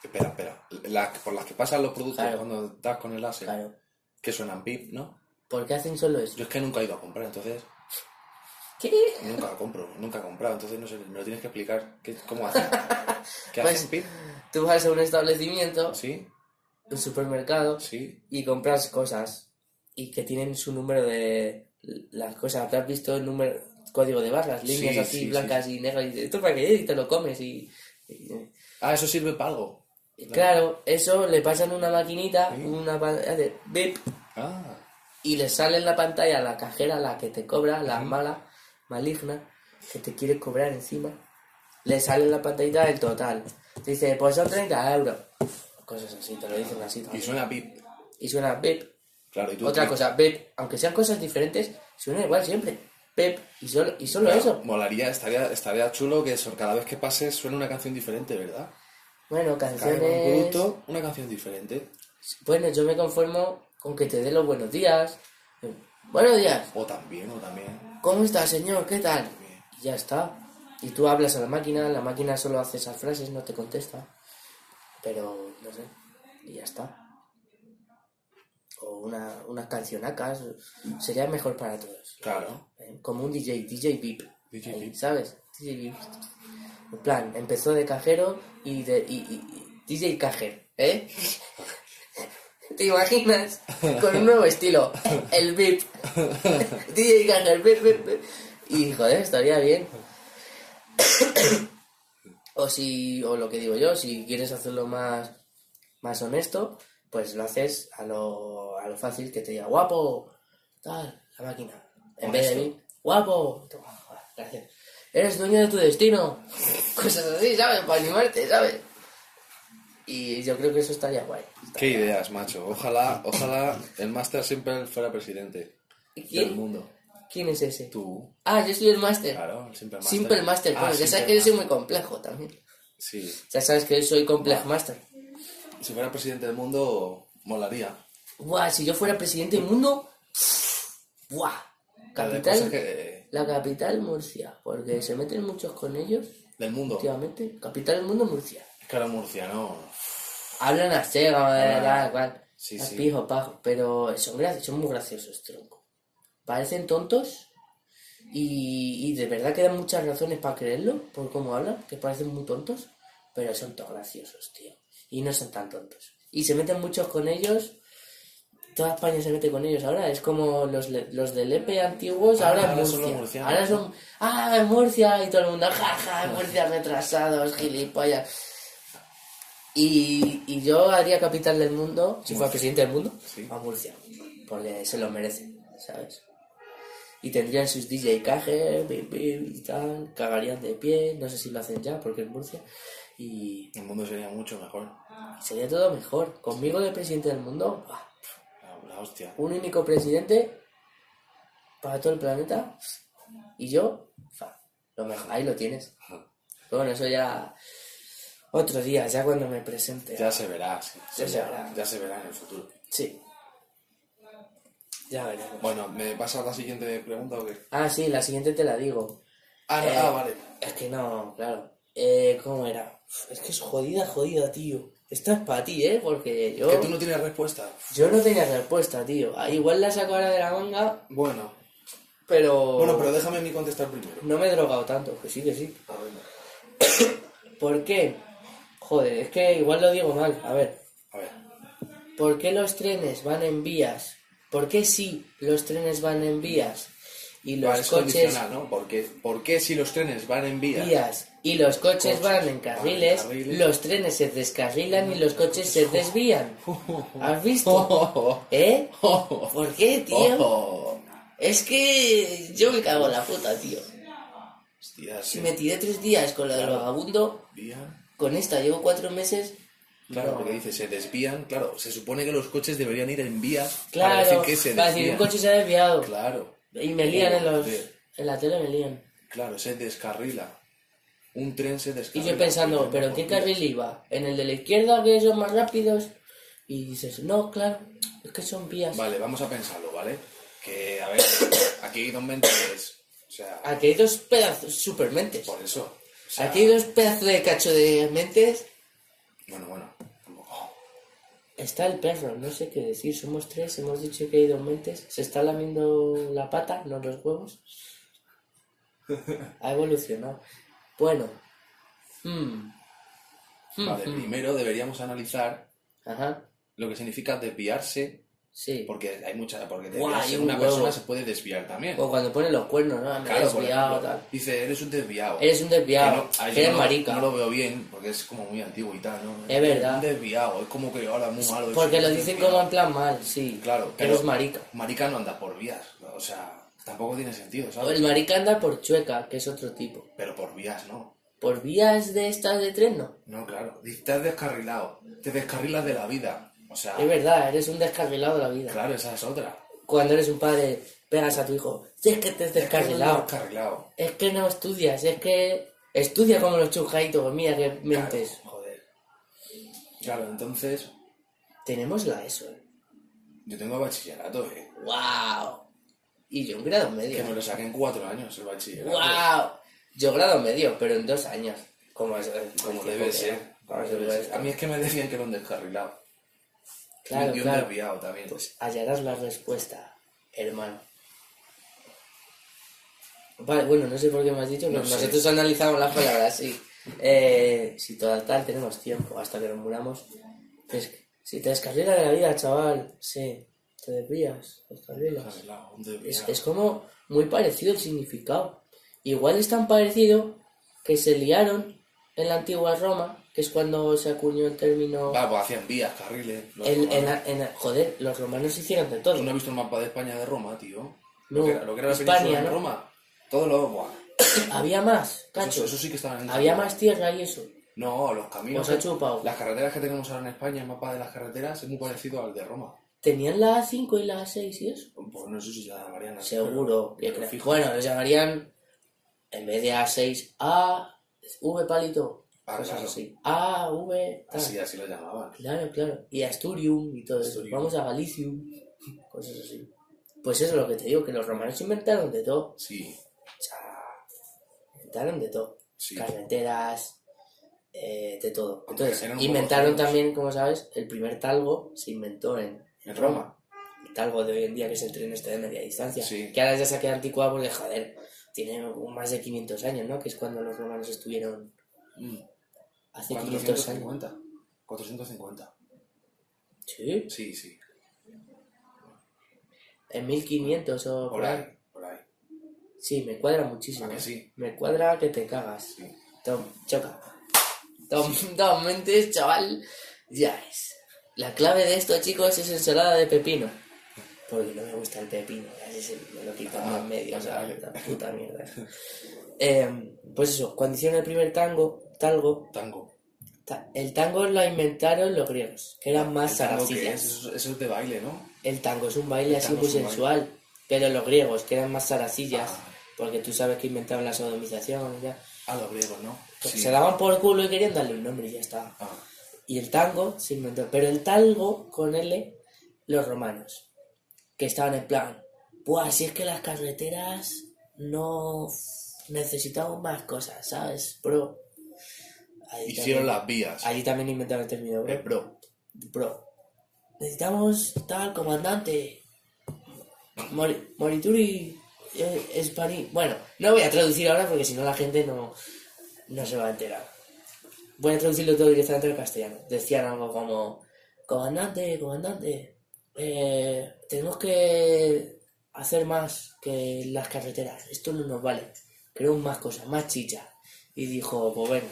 Speaker 2: Espera, espera. Las por las que pasan los productos
Speaker 1: Claro.
Speaker 2: cuando das con el láser.
Speaker 1: Claro.
Speaker 2: Que suenan pip, ¿no?
Speaker 1: ¿Por qué hacen solo eso?
Speaker 2: Yo es que nunca he ido a comprar, entonces.
Speaker 1: ¿Qué?
Speaker 2: Nunca compro, nunca he comprado, entonces no sé, me lo tienes que explicar. ¿Qué, ¿Cómo hacen? ¿Qué
Speaker 1: Pues-
Speaker 2: hacen pip?
Speaker 1: Tú vas a un establecimiento,
Speaker 2: Sí,
Speaker 1: un supermercado,
Speaker 2: sí.
Speaker 1: y compras cosas. Y que tienen su número de. Las cosas. Te has visto el número. Código de barras, líneas
Speaker 2: Sí,
Speaker 1: así,
Speaker 2: sí,
Speaker 1: blancas y negras. Y dices, ¿esto para qué? es?", Y te lo comes. Y, y- eh.
Speaker 2: Ah, eso sirve para algo.
Speaker 1: y claro, eso le pasan una maquinita,
Speaker 2: Sí.
Speaker 1: una pan- hace bip,
Speaker 2: Ah,
Speaker 1: y le sale en la pantalla la cajera, la que te cobra, la mala, maligna, que te quiere cobrar encima. Le sale en la pantallita el total. Te dice, pues son 30 euros. Cosas así, te lo dicen así.
Speaker 2: y
Speaker 1: también.
Speaker 2: suena pip.
Speaker 1: y suena pep.
Speaker 2: Claro, y tú.
Speaker 1: Otra
Speaker 2: pip.
Speaker 1: cosa, pep, aunque sean cosas diferentes, suena igual siempre. Pep, y solo, y solo
Speaker 2: Claro,
Speaker 1: eso.
Speaker 2: Molaría, estaría, estaría chulo que eso, cada vez que pases suene una canción diferente, ¿verdad?
Speaker 1: Bueno,
Speaker 2: Cada un
Speaker 1: canciones.
Speaker 2: producto, una canción diferente.
Speaker 1: Bueno, yo me conformo con que te dé los buenos días. Buenos días,
Speaker 2: O también, o también.
Speaker 1: ¿cómo está, señor? ¿Qué tal? Y ya está. Y tú hablas a la máquina, la máquina solo hace esas frases, no te contesta. Pero, no sé, y ya está. O una, unas cancionacas, sería mejor para todos.
Speaker 2: Claro.
Speaker 1: ¿eh? como un DJ, DJ Pip.
Speaker 2: DJ
Speaker 1: ahí,
Speaker 2: Pip.
Speaker 1: ¿Sabes? DJ Pip. En plan, empezó de cajero y de. Y, y- y- DJ Cajer, ¿eh? ¿Te imaginas? Con un nuevo estilo, el Pip. DJ Cajer, Pip, Pip, Pip. Y joder, estaría bien. o si. O lo que digo yo, si quieres hacerlo más. Más honesto, pues lo haces a lo, a lo fácil que te diga, guapo, tal, la máquina. En vez de
Speaker 2: Honesto.
Speaker 1: mí, guapo, toma, joder, gracias. Eres dueño de tu destino. Cosas así, ¿sabes? Para animarte, ¿sabes? Y yo creo que eso estaría guay.
Speaker 2: Qué ideas, macho. Ojalá, ojalá el máster siempre fuera presidente
Speaker 1: ¿Y
Speaker 2: del
Speaker 1: ¿Quién,
Speaker 2: mundo.
Speaker 1: quién es ese?
Speaker 2: Tú,
Speaker 1: Ah, yo soy el máster.
Speaker 2: claro, el simple máster.
Speaker 1: Simple pues, Master,
Speaker 2: Ah,
Speaker 1: claro, ya
Speaker 2: Simple
Speaker 1: sabes que yo soy
Speaker 2: Master.
Speaker 1: muy complejo también.
Speaker 2: Sí.
Speaker 1: Ya sabes que yo soy Complex Master.
Speaker 2: Si fuera presidente del mundo, molaría.
Speaker 1: Buah, si yo fuera presidente del mundo. Buah.
Speaker 2: La de
Speaker 1: Capital.
Speaker 2: cosas que-
Speaker 1: La capital Murcia, porque se meten muchos con ellos
Speaker 2: Del mundo.
Speaker 1: últimamente. Capital del mundo Murcia.
Speaker 2: Es que ahora murciano.
Speaker 1: Hablan a cega,
Speaker 2: Ah,
Speaker 1: tal cual.
Speaker 2: sí,
Speaker 1: Las
Speaker 2: sí.
Speaker 1: pijo, pajo. Pero son, gra- son muy graciosos, tronco. Parecen tontos y, y de verdad que dan muchas razones para creerlo, por cómo hablan, que parecen muy tontos, pero son todos graciosos, tío. Y no son tan tontos. Y se meten muchos con ellos. Toda España se mete con ellos ahora. Es como los, le- los del EPE antiguos,
Speaker 2: Ah,
Speaker 1: ahora, en
Speaker 2: ahora
Speaker 1: Murcia.
Speaker 2: son los murcianos.
Speaker 1: Ahora son, ah, en Murcia, y todo el mundo, jaja, en Murcia retrasados, gilipollas. Y, y yo haría capital del mundo, si fuera presidente del mundo,
Speaker 2: Sí.
Speaker 1: a Murcia. Porque se lo merece, ¿sabes? Y tendrían sus DJ cajes, bim, bim, y tal, cagarían de pie, no sé si lo hacen ya, porque es Murcia. Y
Speaker 2: El mundo sería mucho mejor.
Speaker 1: sería todo mejor. Conmigo de presidente del mundo, ¡buah!
Speaker 2: La, la hostia.
Speaker 1: un único presidente para todo el planeta. Y yo, fa, lo mejor, ahí lo tienes. Pero bueno, eso ya otro día, ya cuando me presente.
Speaker 2: Ya se verá, sí,
Speaker 1: Ya se verá.
Speaker 2: ya se verá en el futuro.
Speaker 1: Sí. Ya veremos.
Speaker 2: Bueno, ¿me pasas la siguiente pregunta o qué?
Speaker 1: Ah, sí, la siguiente te la digo.
Speaker 2: Ah, no,
Speaker 1: Eh,
Speaker 2: ah, vale.
Speaker 1: Es que no, claro. Eh, ¿Cómo era? Uf, Es que es jodida, jodida, tío. Esta es para ti, ¿eh? Porque yo,
Speaker 2: Que tú no tienes respuesta.
Speaker 1: yo no tenía respuesta, tío. Ah, Igual la saco ahora de la manga,
Speaker 2: Bueno.
Speaker 1: pero...
Speaker 2: Bueno, pero Ah, déjame a mí contestar primero.
Speaker 1: No me he drogado tanto, que sí, que sí.
Speaker 2: A ver,
Speaker 1: ¿Por qué? Joder, es que igual lo digo mal. A ver,
Speaker 2: a ver.
Speaker 1: ¿por qué los trenes van en vías? ¿Por qué sí los trenes van en vías? Y los
Speaker 2: Vale, es
Speaker 1: coches
Speaker 2: condicional, ¿no? Porque, ¿Por qué si los trenes van en vías?
Speaker 1: vías y los coches
Speaker 2: Coches
Speaker 1: van en carriles,
Speaker 2: van en carriles.
Speaker 1: los trenes se descarrilan y los coches se desvían. ¿Has visto?
Speaker 2: Oh,
Speaker 1: ¿Eh?
Speaker 2: oh, oh,
Speaker 1: ¿Por qué, tío?
Speaker 2: oh.
Speaker 1: Es que yo me cago en la puta, tío.
Speaker 2: Hostia,
Speaker 1: Si
Speaker 2: sí.
Speaker 1: me tiré tres días con la del vagabundo,
Speaker 2: Vía.
Speaker 1: con esta llevo cuatro meses.
Speaker 2: Claro, porque dice, se desvían. Claro, se supone que los coches deberían ir en vías
Speaker 1: Claro,
Speaker 2: para decir que se
Speaker 1: para decir,
Speaker 2: desvían.
Speaker 1: un coche se ha desviado.
Speaker 2: Claro,
Speaker 1: Y me lían en los...
Speaker 2: Sí.
Speaker 1: En la tele me lían.
Speaker 2: claro, se descarrila. Un tren se
Speaker 1: Y
Speaker 2: descarrila.
Speaker 1: yo pensando, ¿pero en qué carril iba? ¿En el de la izquierda, que son más rápidos? Y dices, no, claro, es que son vías.
Speaker 2: Vale, vamos a pensarlo, ¿vale? Que, a ver, aquí hay dos mentes. O sea,
Speaker 1: Aquí hay dos pedazos, supermentes.
Speaker 2: por eso. O sea,
Speaker 1: Aquí hay dos pedazos de cacho de mentes.
Speaker 2: Bueno, bueno. tampoco-
Speaker 1: Está el perro, no sé qué decir. Somos tres, hemos dicho que hay dos mentes. Se está lamiendo la pata, no los huevos. Ha evolucionado. Bueno. Mm, Hmm.
Speaker 2: Vale, primero deberíamos analizar
Speaker 1: Ajá,
Speaker 2: lo que significa desviarse,
Speaker 1: sí.
Speaker 2: porque hay mucha, porque
Speaker 1: Guau,
Speaker 2: desviarse
Speaker 1: hay un
Speaker 2: una
Speaker 1: huevo.
Speaker 2: persona se puede desviar también.
Speaker 1: O Pues cuando ponen los cuernos, ¿no? Me he
Speaker 2: Claro, por
Speaker 1: desviado,
Speaker 2: ejemplo,
Speaker 1: tal.
Speaker 2: dice, eres un desviado.
Speaker 1: Eres un desviado,
Speaker 2: Que no- ah, yo
Speaker 1: eres
Speaker 2: no-
Speaker 1: marica.
Speaker 2: No lo veo bien, porque es como muy antiguo y tal, ¿no?
Speaker 1: Es verdad.
Speaker 2: Un desviado, es como que ahora muy malo.
Speaker 1: Porque
Speaker 2: es
Speaker 1: lo
Speaker 2: un
Speaker 1: dicen
Speaker 2: desviado.
Speaker 1: como en plan mal, sí.
Speaker 2: Claro,
Speaker 1: Pero
Speaker 2: pero-
Speaker 1: es marica.
Speaker 2: Marica no anda por vías, o sea, tampoco tiene sentido, ¿sabes?
Speaker 1: El marica anda por chueca, que es otro tipo.
Speaker 2: Pero por vías no.
Speaker 1: Por vías de estas de tren, no.
Speaker 2: No, claro. Dice, te has descarrilado, te descarrilas de la vida. O sea,
Speaker 1: Es verdad, eres un descarrilado de la vida.
Speaker 2: claro, esa es otra.
Speaker 1: Cuando eres un padre, pegas a tu hijo. Si es que te has descarrilado.
Speaker 2: Descarrilado.
Speaker 1: Es que no estudias, es que... Estudia como los chujaitos, mira que mientes.
Speaker 2: Claro, joder. Claro, entonces,
Speaker 1: Tenemos la ESO. ¿eh?
Speaker 2: yo tengo bachillerato, ¿eh?
Speaker 1: ¡Wow! Y yo un grado medio.
Speaker 2: Que me lo saqué en cuatro años el bachillerato.
Speaker 1: ¡Wow! Yo grado medio, pero en dos años. Como, es-
Speaker 2: Como
Speaker 1: el
Speaker 2: debe
Speaker 1: tipo que
Speaker 2: ser.
Speaker 1: era. Como se
Speaker 2: Debe
Speaker 1: puede
Speaker 2: ser.
Speaker 1: ser.
Speaker 2: A mí es que me decían que era un descarrilado.
Speaker 1: Claro,
Speaker 2: y un
Speaker 1: claro.
Speaker 2: desviado también.
Speaker 1: Pues hallarás la respuesta, hermano. Vale, bueno, no sé por qué me has dicho, pero
Speaker 2: No sé.
Speaker 1: nosotros analizamos las palabras, sí. Eh, si total tenemos tiempo hasta que nos muramos. Pues, si te descarrila de la vida, chaval, sí. Te desvías, te descarrilas.
Speaker 2: Descarrilado, un desviado.
Speaker 1: Es, es como muy parecido el significado. Igual es tan parecido que se liaron en la antigua Roma, que es cuando se acuñó el término...
Speaker 2: Va, pues hacían vías, carriles. los
Speaker 1: el- en
Speaker 2: romanos.
Speaker 1: la- en la- joder, los romanos hicieron de todo.
Speaker 2: ¿Tú no has visto el mapa de España de Roma, tío?
Speaker 1: No,
Speaker 2: Lo que era, lo que era la
Speaker 1: Hispania,
Speaker 2: península de
Speaker 1: ¿no?
Speaker 2: Roma. Todo lo... Buah.
Speaker 1: Había más,
Speaker 2: Eso,
Speaker 1: cacho.
Speaker 2: eso sí que estaban en
Speaker 1: Había más tierra y eso.
Speaker 2: No, los caminos.
Speaker 1: Os ha chupado.
Speaker 2: Las carreteras que tenemos ahora en España, el mapa de las carreteras, es muy parecido al de Roma.
Speaker 1: ¿Tenían la A5 y la A6 y eso?
Speaker 2: Pues no sé si se llamarían así.
Speaker 1: Seguro. que
Speaker 2: pero
Speaker 1: cre-
Speaker 2: fijo.
Speaker 1: Bueno, los llamarían en vez de A6, A, V palito.
Speaker 2: Ah,
Speaker 1: cosas
Speaker 2: claro.
Speaker 1: Pues así. A, V, tal.
Speaker 2: Así, así lo llamaban.
Speaker 1: Claro, claro. Y Asturium y todo eso.
Speaker 2: Asturium.
Speaker 1: Vamos a Galicium. Cosas así. Pues eso es lo que te digo, que los romanos inventaron de todo.
Speaker 2: Sí,
Speaker 1: O sea, inventaron de todo.
Speaker 2: sí.
Speaker 1: carreteras, eh, de todo.
Speaker 2: Aunque
Speaker 1: Entonces,
Speaker 2: eran un
Speaker 1: inventaron
Speaker 2: poco ciegos.
Speaker 1: también, como sabes, el primer talgo se inventó en,
Speaker 2: En Roma.
Speaker 1: El talgo de hoy en día, que es el tren este de media distancia.
Speaker 2: Sí.
Speaker 1: Que ahora ya se ha quedado anticuado porque, joder, tiene un- más de 500 años, ¿no? Que es cuando los romanos estuvieron
Speaker 2: Mm.
Speaker 1: hace 500 años.
Speaker 2: 450. 450.
Speaker 1: Sí,
Speaker 2: Sí, sí.
Speaker 1: en 1500 o por
Speaker 2: Por
Speaker 1: ahí.
Speaker 2: ahí, por ahí.
Speaker 1: Sí, me cuadra muchísimo.
Speaker 2: ¿A que
Speaker 1: ¿eh?
Speaker 2: sí?
Speaker 1: Me cuadra que te cagas.
Speaker 2: Sí.
Speaker 1: Tom, choca. Tom, Tom, mentes, chaval. Ya es. La clave de esto, chicos, es ensalada de pepino. Porque no me gusta el pepino. Así se me lo quitan
Speaker 2: Ah,
Speaker 1: en medio. O sea,
Speaker 2: vale.
Speaker 1: la puta mierda. Em, pues eso, cuando hicieron el primer tango, talgo,
Speaker 2: Tango.
Speaker 1: ta- el tango lo inventaron los griegos, que eran más
Speaker 2: Ah, ¿El tango qué
Speaker 1: zaracillas.
Speaker 2: es? Eso, eso es de baile, ¿no?
Speaker 1: El tango es un baile así
Speaker 2: tango
Speaker 1: muy
Speaker 2: es un baile.
Speaker 1: sensual. Pero los griegos, que eran más sarasillas, porque tú sabes que inventaron la sodomización y ya,
Speaker 2: Ah, los griegos, ¿no?
Speaker 1: pues
Speaker 2: Sí.
Speaker 1: se daban por culo y querían darle un nombre y ya está.
Speaker 2: Ah,
Speaker 1: Y el tango se inventó. Pero el tango con L, los romanos, que estaban en plan, Buah, si es que las carreteras no necesitamos más cosas, ¿sabes? Bro. Ahí también-
Speaker 2: hicieron las vías.
Speaker 1: Allí también inventaron el término,
Speaker 2: Eh,
Speaker 1: bro.
Speaker 2: bro.
Speaker 1: Bro. Necesitamos tal comandante. Mori- Morituri. eh, Espani. Bueno, no voy a traducir ahora porque si no la gente no, no se va a enterar. Voy a traducirlo todo directamente al castellano. Decían algo como: Comandante, comandante, eh, tenemos que hacer más que las carreteras. Esto no nos vale. Queremos más cosas, más chicha. Y dijo: Pues bueno,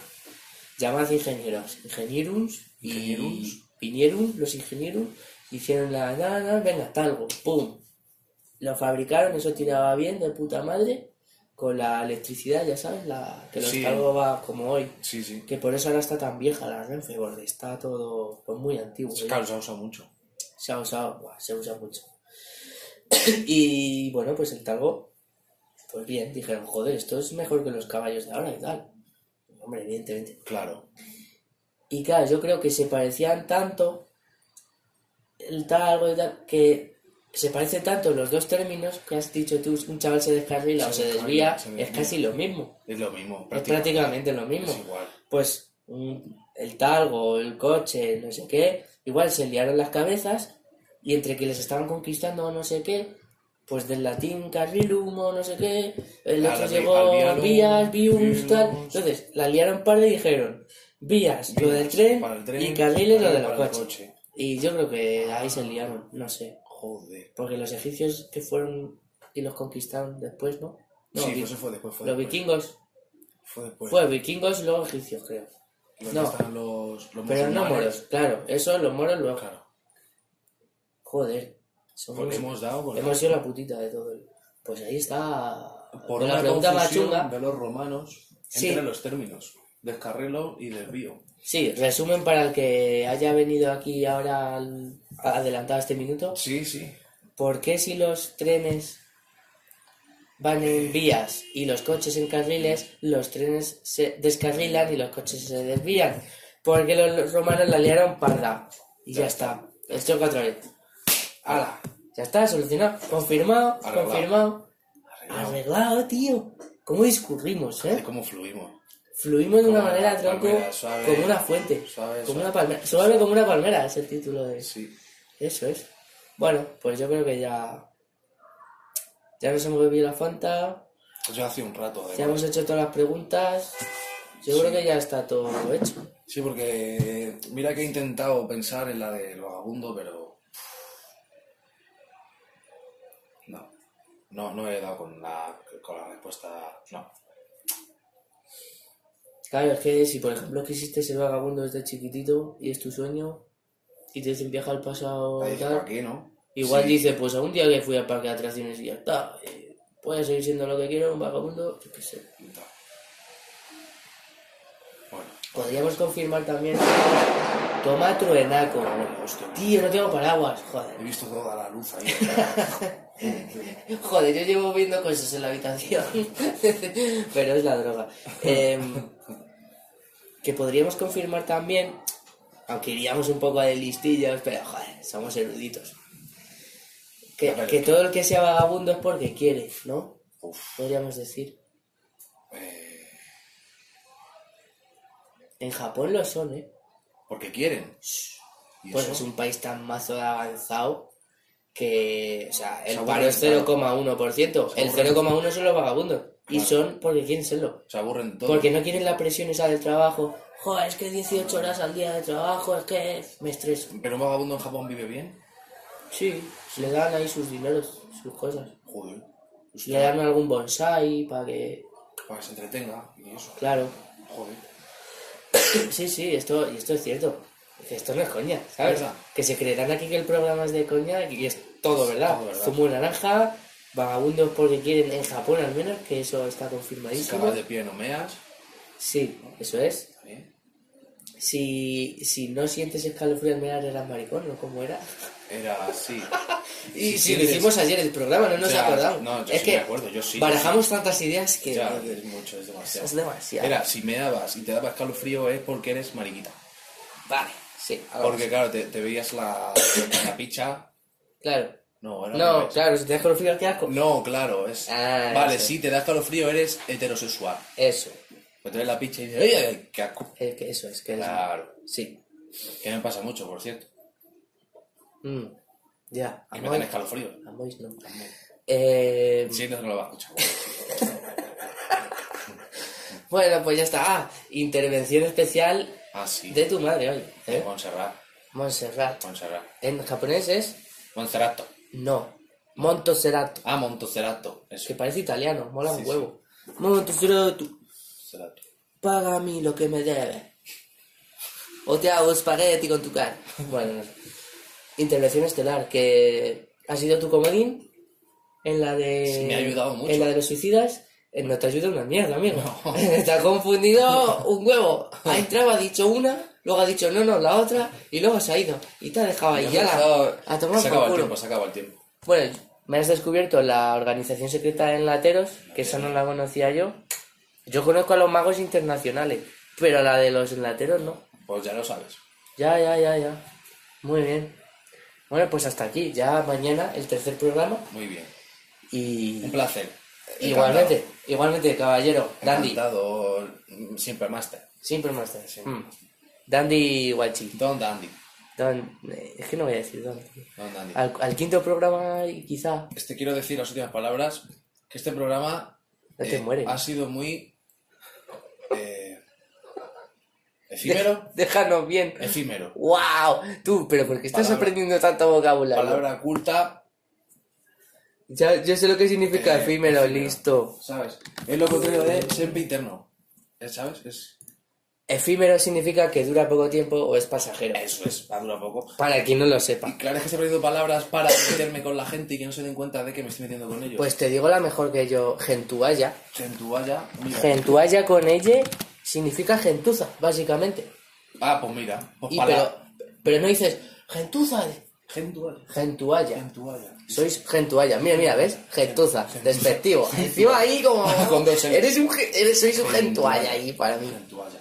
Speaker 1: llamad ingenieros. Ingenierums y
Speaker 2: Ingenierums.
Speaker 1: vinieron los ingenieros, hicieron la. Na, na, venga, talgo, pum. Lo fabricaron, eso tiraba bien de puta madre. Con la electricidad, ya sabes, la, que los
Speaker 2: Sí.
Speaker 1: talgos va como hoy.
Speaker 2: Sí, sí.
Speaker 1: Que por eso ahora está tan vieja la Renfe, porque está todo pues, muy antiguo. ya.
Speaker 2: Claro, se ha usado mucho.
Speaker 1: Se ha usado, buah, se usa mucho. y bueno, pues el tango, pues bien, dijeron, joder, esto es mejor que los caballos de ahora y tal. Hombre, evidentemente.
Speaker 2: Claro.
Speaker 1: Y claro, yo creo que se parecían tanto el tango y tal, que se parece tanto los dos términos que has dicho tú, un chaval se descarrila
Speaker 2: Se
Speaker 1: o se
Speaker 2: descarrila,
Speaker 1: desvía,
Speaker 2: se
Speaker 1: es
Speaker 2: desvía.
Speaker 1: casi lo mismo.
Speaker 2: Es lo mismo.
Speaker 1: Es prácticamente lo mismo.
Speaker 2: Es igual.
Speaker 1: pues un- el talgo, el coche, no sé qué, igual se liaron las cabezas y entre que les estaban conquistando no sé qué, pues del latín carrilum o no sé qué, el
Speaker 2: Claro,
Speaker 1: otro
Speaker 2: sí,
Speaker 1: llegó
Speaker 2: alvialum,
Speaker 1: vías, viums, tal.
Speaker 2: vilums.
Speaker 1: Entonces, la liaron par y dijeron vías, lo
Speaker 2: Vías
Speaker 1: del tren,
Speaker 2: para el tren,
Speaker 1: y carriles lo de
Speaker 2: carril
Speaker 1: los
Speaker 2: para el
Speaker 1: coches.
Speaker 2: coche.
Speaker 1: Y yo creo que ahí se liaron, no sé.
Speaker 2: Joder.
Speaker 1: Porque los egipcios que fueron y los conquistaron después, ¿no? No,
Speaker 2: sí, pues
Speaker 1: vi-
Speaker 2: eso fue después. Fue
Speaker 1: los
Speaker 2: después.
Speaker 1: vikingos.
Speaker 2: Fue después.
Speaker 1: Fue vikingos y luego egipcios, creo.
Speaker 2: Los
Speaker 1: no.
Speaker 2: que están los, los
Speaker 1: Pero no
Speaker 2: musulmanes.
Speaker 1: moros, claro, eso los moros lo
Speaker 2: Claro.
Speaker 1: Joder, somos-
Speaker 2: Porque hemos dado por,
Speaker 1: hemos sido la putita de todo. Pues ahí está.
Speaker 2: por
Speaker 1: con la
Speaker 2: una
Speaker 1: pregunta más
Speaker 2: confusión
Speaker 1: chunga.
Speaker 2: de los romanos
Speaker 1: Sí.
Speaker 2: entre los términos. Descarrilo y desvío.
Speaker 1: Sí, resumen para el que haya venido aquí ahora al- adelantado este minuto.
Speaker 2: Sí, sí.
Speaker 1: ¿Por qué si los trenes van en vías y los coches en carriles, los trenes se descarrilan y los coches se desvían? Porque los romanos la liaron parda. Y ya está. Esto otra vez. ¡Hala! Ya está, solucionado. Confirmado,
Speaker 2: Arreglado.
Speaker 1: confirmado. Ah,
Speaker 2: Arreglado.
Speaker 1: Arreglado, tío. ¿Cómo discurrimos, eh?
Speaker 2: ¿Cómo fluimos?
Speaker 1: Fluimos de una
Speaker 2: Como una
Speaker 1: manera, tronco,
Speaker 2: palmera, suave,
Speaker 1: como una fuente.
Speaker 2: suave,
Speaker 1: como
Speaker 2: suave.
Speaker 1: una palmera. Suave como una palmera es el título de eso.
Speaker 2: Sí.
Speaker 1: Eso es. Bueno, pues yo creo que ya. Ya nos hemos bebido la Fanta,
Speaker 2: Yo hace un rato,
Speaker 1: ya
Speaker 2: además.
Speaker 1: hemos hecho todas las preguntas. Yo creo que ya está todo hecho.
Speaker 2: Sí, porque eh, mira que he intentado pensar en la del vagabundo, pero. No. No, no he dado con la, con la respuesta. No.
Speaker 1: Claro, es que si por ejemplo quisiste ser vagabundo desde chiquitito y es tu sueño y te dicen viaja al pasado
Speaker 2: Ahí
Speaker 1: y
Speaker 2: dice,
Speaker 1: tal,
Speaker 2: ¿para qué, no?
Speaker 1: igual
Speaker 2: Sí.
Speaker 1: dice, pues a un día que fui al parque de atracciones y ya está, eh, puedes seguir siendo lo que quiero, un vagabundo, yo qué sé.
Speaker 2: No. Bueno,
Speaker 1: Podríamos confirmar también. Toma truenaco.
Speaker 2: bueno, hostia,
Speaker 1: Tío, no tengo paraguas, joder.
Speaker 2: he visto toda la luz ahí.
Speaker 1: Joder, yo llevo viendo cosas en la habitación. Pero es la droga. Em, que podríamos confirmar también, aunque iríamos un poco de listillos, pero joder, somos eruditos. Que,
Speaker 2: Ya, pero-
Speaker 1: que todo el que sea vagabundo es porque quiere, ¿no?
Speaker 2: Uf.
Speaker 1: Podríamos decir.
Speaker 2: Eh,
Speaker 1: En Japón lo son, ¿eh?
Speaker 2: porque quieren. ¿Y
Speaker 1: Pues
Speaker 2: eso?
Speaker 1: es un país tan mazo de avanzado que, o sea, el
Speaker 2: Se
Speaker 1: paro es
Speaker 2: aburren,
Speaker 1: 0,1%.
Speaker 2: Se
Speaker 1: El
Speaker 2: aburren.
Speaker 1: 0,1% son los vagabundos. Y
Speaker 2: Claro.
Speaker 1: son porque quieren serlo.
Speaker 2: Se aburren todos.
Speaker 1: Porque no quieren la presión esa del trabajo. Joder, es que 18 horas al día de trabajo, es que me estreso.
Speaker 2: ¿Pero un vagabundo en Japón vive bien?
Speaker 1: Sí, le dan ahí sus dineros, sus cosas.
Speaker 2: Joder.
Speaker 1: Le dan algún bonsai para que...
Speaker 2: Para que se entretenga y eso.
Speaker 1: Claro.
Speaker 2: Joder.
Speaker 1: Sí, sí, esto, y esto es cierto. Que esto no es coña, ¿sabes?
Speaker 2: ¿Verdad?
Speaker 1: Que se creerán aquí que el programa es de coña y es todo verdad.
Speaker 2: todo verdad.
Speaker 1: Zumo naranja, vagabundos porque quieren, en Japón al menos, que eso está
Speaker 2: Si
Speaker 1: confirmadísimo.
Speaker 2: cagas de pie no meas. ¿eh?
Speaker 1: Sí, eso es.
Speaker 2: Está bien.
Speaker 1: si, si no sientes escalofrío al mirar eras maricón, ¿no? ¿Cómo era?
Speaker 2: Era así.
Speaker 1: Y si,
Speaker 2: Si
Speaker 1: lo
Speaker 2: sientes-
Speaker 1: hicimos ayer el programa, no nos
Speaker 2: Ya,
Speaker 1: acordamos.
Speaker 2: no, yo
Speaker 1: es
Speaker 2: sí
Speaker 1: que
Speaker 2: me acuerdo, yo sí, yo
Speaker 1: barajamos tantas ideas que
Speaker 2: Ya, es mucho, es demasiado.
Speaker 1: es demasiado.
Speaker 2: Era, si me dabas y te daba escalofrío es porque eres mariquita.
Speaker 1: Vale, sí. ahora
Speaker 2: Porque claro, te, te veías la, la picha.
Speaker 1: sí. Claro.
Speaker 2: No, era al
Speaker 1: No,
Speaker 2: revés.
Speaker 1: claro, si te escalofrío, qué asco.
Speaker 2: No, claro, es.
Speaker 1: Ah,
Speaker 2: vale,
Speaker 1: eso.
Speaker 2: si te da escalofrío eres heterosexual.
Speaker 1: Eso,
Speaker 2: Pues te ves la picha y dices, ¡ay, ay, qué asco!
Speaker 1: es que eso es que eres-
Speaker 2: Claro.
Speaker 1: Sí.
Speaker 2: Que me pasa mucho, por cierto.
Speaker 1: Mm, Ya.
Speaker 2: Y
Speaker 1: A
Speaker 2: me dan
Speaker 1: Mois-
Speaker 2: escalofrío.
Speaker 1: a Mois no. Eh,
Speaker 2: Si no, no lo vas a escuchar.
Speaker 1: Bueno, pues ya está. Ah, intervención especial
Speaker 2: Ah, sí.
Speaker 1: de tu madre hoy.
Speaker 2: De
Speaker 1: ¿eh?
Speaker 2: Montserrat.
Speaker 1: Montserrat.
Speaker 2: Montserrat.
Speaker 1: En japonés es
Speaker 2: Montserrato.
Speaker 1: no. Montoserato.
Speaker 2: Ah, Montserrato. Eso.
Speaker 1: Que parece italiano, mola un
Speaker 2: Sí,
Speaker 1: huevo. Montoserato.
Speaker 2: Montserrato.
Speaker 1: Paga a mí lo que me debes. O te hago espagueti con tu cara. Bueno, no sé. Intervención estelar, que ha sido tu comodín en la de.
Speaker 2: Sí, me ha ayudado mucho.
Speaker 1: En la de los suicidas. eh, No te ayuda una mierda, amigo. Te ha confundido un huevo. Ha entrado, ha dicho una, luego ha dicho no, no, la otra, y luego se ha ido. Ah, Y te ha dejado ahí.
Speaker 2: Me
Speaker 1: ya
Speaker 2: ha
Speaker 1: la-
Speaker 2: dejado-
Speaker 1: A tomar
Speaker 2: Se
Speaker 1: por
Speaker 2: acaba el
Speaker 1: culo.
Speaker 2: tiempo, se acaba el tiempo.
Speaker 1: Bueno, me has descubierto la organización secreta en Lateros, que esa no la conocía yo. Yo conozco a los magos internacionales, pero a la de los enlateros no.
Speaker 2: Pues ya lo sabes.
Speaker 1: Ya, ya, ya, ya. Muy bien. Bueno, pues hasta aquí. Ya mañana el tercer programa.
Speaker 2: Muy bien.
Speaker 1: Y.
Speaker 2: Un placer.
Speaker 1: Igualmente, igualmente, caballero. Dandy.
Speaker 2: Encantado. Encantado, mm, Siempre master.
Speaker 1: Siempre master.
Speaker 2: Sí.
Speaker 1: Mm. Dandy Guachi.
Speaker 2: Don Dandy.
Speaker 1: Don- eh, Es que no voy a decir Don.
Speaker 2: Don Dandy.
Speaker 1: Al, al quinto programa, y quizá.
Speaker 2: Este quiero decir las últimas palabras. Que este programa eh,
Speaker 1: No te mueres.
Speaker 2: ha sido muy... eh, efímero.
Speaker 1: Déjanos bien.
Speaker 2: efímero.
Speaker 1: ¡Wow! Tú, pero ¿por qué estás
Speaker 2: Palabra-
Speaker 1: aprendiendo tanto vocabulario?
Speaker 2: Palabra culta.
Speaker 1: Ya, yo sé lo que significa
Speaker 2: eh,
Speaker 1: efímero, listo.
Speaker 2: ¿Sabes? Es lo contrario de siempre interno. Eh, ¿Sabes? Es,
Speaker 1: Efímero significa que dura poco tiempo o es pasajero.
Speaker 2: eso es. Va a durar poco.
Speaker 1: Para quien no lo
Speaker 2: Y
Speaker 1: sepa.
Speaker 2: claro es que se han perdido palabras para meterme con la gente y que no se den cuenta de que me estoy metiendo con ellos.
Speaker 1: Pues te digo la mejor que yo, gentualla.
Speaker 2: Gentualla, mira.
Speaker 1: Gentualla con ella significa gentuza, básicamente.
Speaker 2: Ah, pues mira. Pues
Speaker 1: Y
Speaker 2: para
Speaker 1: pero, pero no dices gentuza,
Speaker 2: Gentualla.
Speaker 1: gentualla.
Speaker 2: Gentualla.
Speaker 1: Sois gentualla. Mira, mira, ¿ves? Gentuza, despectivo. Encima ahí como...
Speaker 2: Con dos Ls.
Speaker 1: eres un, gen- eres, sois un gentualla ahí para mí.
Speaker 2: Gentualla.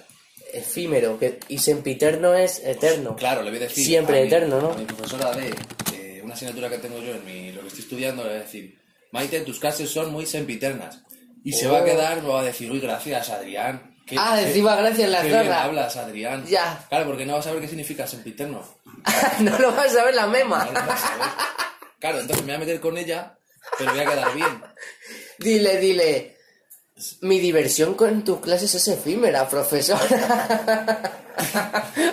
Speaker 1: efímero, que, y sempiterno es eterno.
Speaker 2: Claro, le voy a decir.
Speaker 1: Siempre
Speaker 2: a mi-
Speaker 1: eterno, ¿no?
Speaker 2: a mi profesora de eh, una asignatura que tengo yo en mi, lo que estoy estudiando, le voy a decir: Maite, tus clases son muy sempiternas. Y se
Speaker 1: Oh.
Speaker 2: va a quedar, me va a decir: Uy, gracias, Adrián. eh, Qué-
Speaker 1: Ah,
Speaker 2: qué-
Speaker 1: encima gracias la
Speaker 2: qué bien
Speaker 1: zorra.
Speaker 2: hablas, Adrián.
Speaker 1: Ya.
Speaker 2: Claro, porque no vas a saber qué significa sempiterno.
Speaker 1: no lo vas a ver la
Speaker 2: No lo
Speaker 1: mema.
Speaker 2: vas a ver. Claro, entonces me voy a meter con ella, pero voy a quedar bien.
Speaker 1: Dile, dile. Mi diversión con tus clases es efímera, profesora.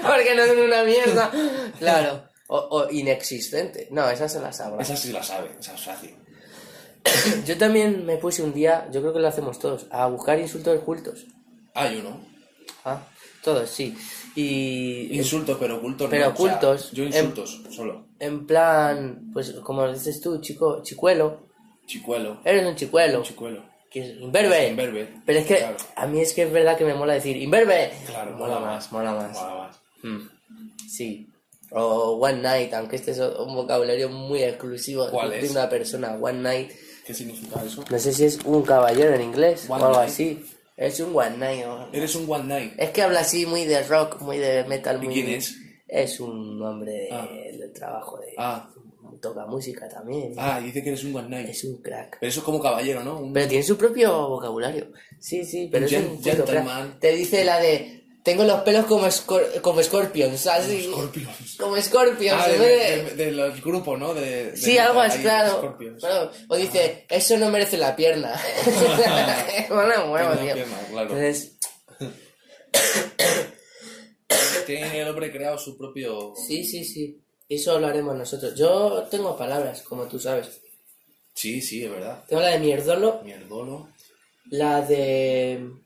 Speaker 1: Porque no son una mierda. Claro. O, o inexistente. No, esa se la sabrá.
Speaker 2: Esa sí la sabe, esa es fácil.
Speaker 1: Yo también me puse un día, yo creo que lo hacemos todos, a buscar insultos ocultos.
Speaker 2: Ah, yo no.
Speaker 1: Ah, todos, sí. Y
Speaker 2: Insultos, pero ocultos. no,
Speaker 1: Pero
Speaker 2: o sea,
Speaker 1: ocultos. Em-
Speaker 2: yo insultos, solo.
Speaker 1: en plan, pues como dices tú, chico, chicuelo.
Speaker 2: Chicuelo.
Speaker 1: Eres un chicuelo.
Speaker 2: Chicuelo.
Speaker 1: Que es imberbe.
Speaker 2: Es imberbe,
Speaker 1: Pero es que
Speaker 2: claro.
Speaker 1: a mí es que es verdad que me mola decir imberbe.
Speaker 2: Claro,
Speaker 1: mola,
Speaker 2: mola
Speaker 1: más, mola más.
Speaker 2: Mola más.
Speaker 1: Mm. Sí. O One Night, aunque este es un vocabulario muy exclusivo
Speaker 2: ¿Cuál
Speaker 1: de
Speaker 2: es?
Speaker 1: una persona. One Night.
Speaker 2: ¿Qué significa eso?
Speaker 1: No sé si es un caballero en inglés
Speaker 2: One
Speaker 1: o algo
Speaker 2: night.
Speaker 1: así. Es un One Night. o-
Speaker 2: Eres un one night.
Speaker 1: Es que habla así muy de rock, muy de metal.
Speaker 2: ¿Y
Speaker 1: Muy...
Speaker 2: quién es?
Speaker 1: Es un hombre de-
Speaker 2: Ah.
Speaker 1: del trabajo. De...
Speaker 2: Ah,
Speaker 1: Toca música también.
Speaker 2: ah, y dice que eres un one night.
Speaker 1: Es un crack.
Speaker 2: Pero eso es como caballero, ¿no? Un-
Speaker 1: Pero tiene su propio vocabulario. Sí, sí, pero es
Speaker 2: Gen-
Speaker 1: un puto
Speaker 2: gentleman.
Speaker 1: crack. Te dice la de... Tengo los pelos como, escor- como Scorpions, así.
Speaker 2: Scorpions.
Speaker 1: Como Scorpions.
Speaker 2: Ah, de-
Speaker 1: ¿no?
Speaker 2: de- de- del grupo, ¿no? De, de
Speaker 1: sí, algo
Speaker 2: metal
Speaker 1: es
Speaker 2: ahí,
Speaker 1: claro.
Speaker 2: Scorpions.
Speaker 1: Claro, O dice, eso no merece la pierna. bueno, huevo,
Speaker 2: Tiene la
Speaker 1: tío.
Speaker 2: pierna, claro.
Speaker 1: Entonces,
Speaker 2: Tiene el hombre creado su propio.
Speaker 1: sí, sí, sí. Eso lo haremos nosotros. Yo tengo palabras, como tú sabes.
Speaker 2: Sí, sí, es verdad.
Speaker 1: Tengo la de mierdolo,
Speaker 2: Mierdolo.
Speaker 1: la de... mm,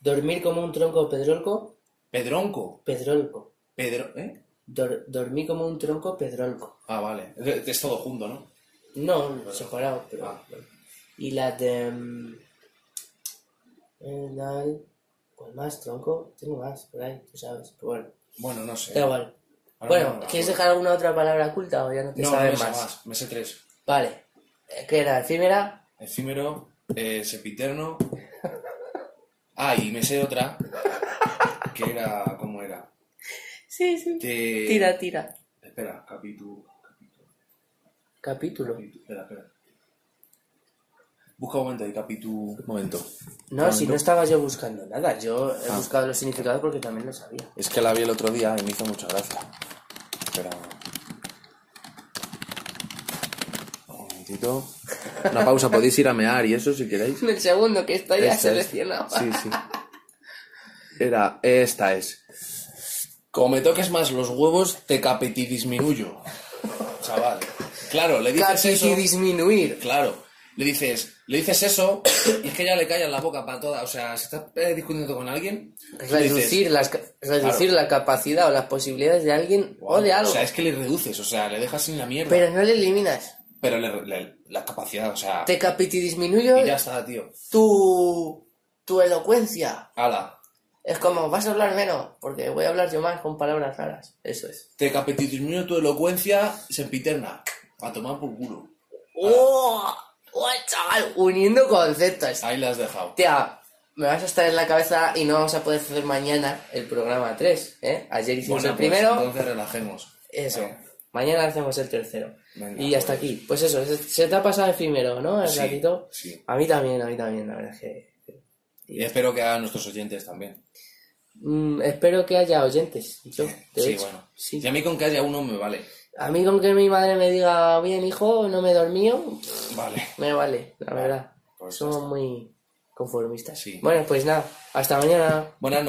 Speaker 1: Dormir como un tronco pedrolco.
Speaker 2: Pedronco.
Speaker 1: Pedrolco.
Speaker 2: Pedro. ¿Eh?
Speaker 1: Dor- dormí como un tronco pedrolco.
Speaker 2: Ah, vale. Es, es todo junto, ¿no?
Speaker 1: No, separado, pero.
Speaker 2: Ah.
Speaker 1: Y la de. mm, eh, la- Pues más, tronco. Tengo más por ahí, tú sabes. Pero bueno,
Speaker 2: Bueno, no sé.
Speaker 1: da igual.
Speaker 2: Eh, Ahora
Speaker 1: bueno,
Speaker 2: no me
Speaker 1: ¿quieres
Speaker 2: acuerdo.
Speaker 1: dejar alguna otra palabra oculta o ya no te
Speaker 2: No,
Speaker 1: sabes
Speaker 2: no me
Speaker 1: más?
Speaker 2: sé más. Me sé tres.
Speaker 1: Vale. Eh, ¿Qué era? ¿Efímera?
Speaker 2: Efímero, eh, sepiterno. Ah, y me sé otra. Que era. ¿Cómo era?
Speaker 1: Sí, sí.
Speaker 2: Te-
Speaker 1: Tira, tira.
Speaker 2: Espera, capítulo. capítulo,
Speaker 1: Capítulo.
Speaker 2: capítulo. Espera, espera. Busca un momento ahí, capítulo. Momento.
Speaker 1: No, si no estaba yo buscando nada. Yo he
Speaker 2: Ah.
Speaker 1: buscado los significados porque también lo sabía.
Speaker 2: Es que la vi el otro día y me hizo mucha gracia. Espera. Un momentito. Una pausa, podéis ir a mear y eso si queréis.
Speaker 1: El segundo que está ya
Speaker 2: Esta es.
Speaker 1: seleccionado.
Speaker 2: Sí, sí. Era, esta es. Como me toques más los huevos, te capitidisminuyo. Chaval. Claro, le dices
Speaker 1: Casi
Speaker 2: eso.
Speaker 1: disminuir.
Speaker 2: Claro. Le dices, le dices eso, y es que ya le callas la boca para toda. O sea, si estás eh, discutiendo con alguien, le dices-
Speaker 1: Reducir, las, ca- reducir la capacidad o las posibilidades de alguien o de algo.
Speaker 2: O sea, es que le reduces, o sea, le dejas sin la mierda. Pero,
Speaker 1: Pero no le eliminas.
Speaker 2: le- le- la capacidad, o sea.
Speaker 1: Te capitidisminuyo
Speaker 2: Y ya está, tío.
Speaker 1: tu, tu elocuencia.
Speaker 2: Hala.
Speaker 1: Es como, vas a hablar menos, porque voy a hablar yo más con palabras raras. Eso es.
Speaker 2: Te capitidisminuyo tu elocuencia sempiterna. A tomar por culo.
Speaker 1: ¡Oh! ¡Oh, chaval! Uniendo conceptos.
Speaker 2: Ahí la has dejado.
Speaker 1: Tía, me vas a estar en la cabeza y no vamos a poder hacer mañana el programa 3, ¿eh? Ayer hicimos
Speaker 2: Bueno,
Speaker 1: el
Speaker 2: pues,
Speaker 1: primero,
Speaker 2: entonces relajemos.
Speaker 1: eso. Mañana hacemos el tercero.
Speaker 2: Venga,
Speaker 1: y hasta aquí. Pues eso, se, se te ha pasado efímero, ¿no? El
Speaker 2: Sí,
Speaker 1: ratito.
Speaker 2: sí.
Speaker 1: A mí también, a mí también, la verdad es que...
Speaker 2: Y espero que a nuestros oyentes también.
Speaker 1: Mm, espero que haya oyentes, yo, de
Speaker 2: sí,
Speaker 1: hecho.
Speaker 2: bueno.
Speaker 1: Sí.
Speaker 2: Y a mí con que haya uno me vale.
Speaker 1: A mí con que mi madre me diga, bien hijo, no me he dormido,
Speaker 2: Vale.
Speaker 1: me vale, la verdad.
Speaker 2: pues ya
Speaker 1: Somos muy conformistas.
Speaker 2: Sí.
Speaker 1: Bueno, pues nada, hasta mañana.
Speaker 2: Buenas noches.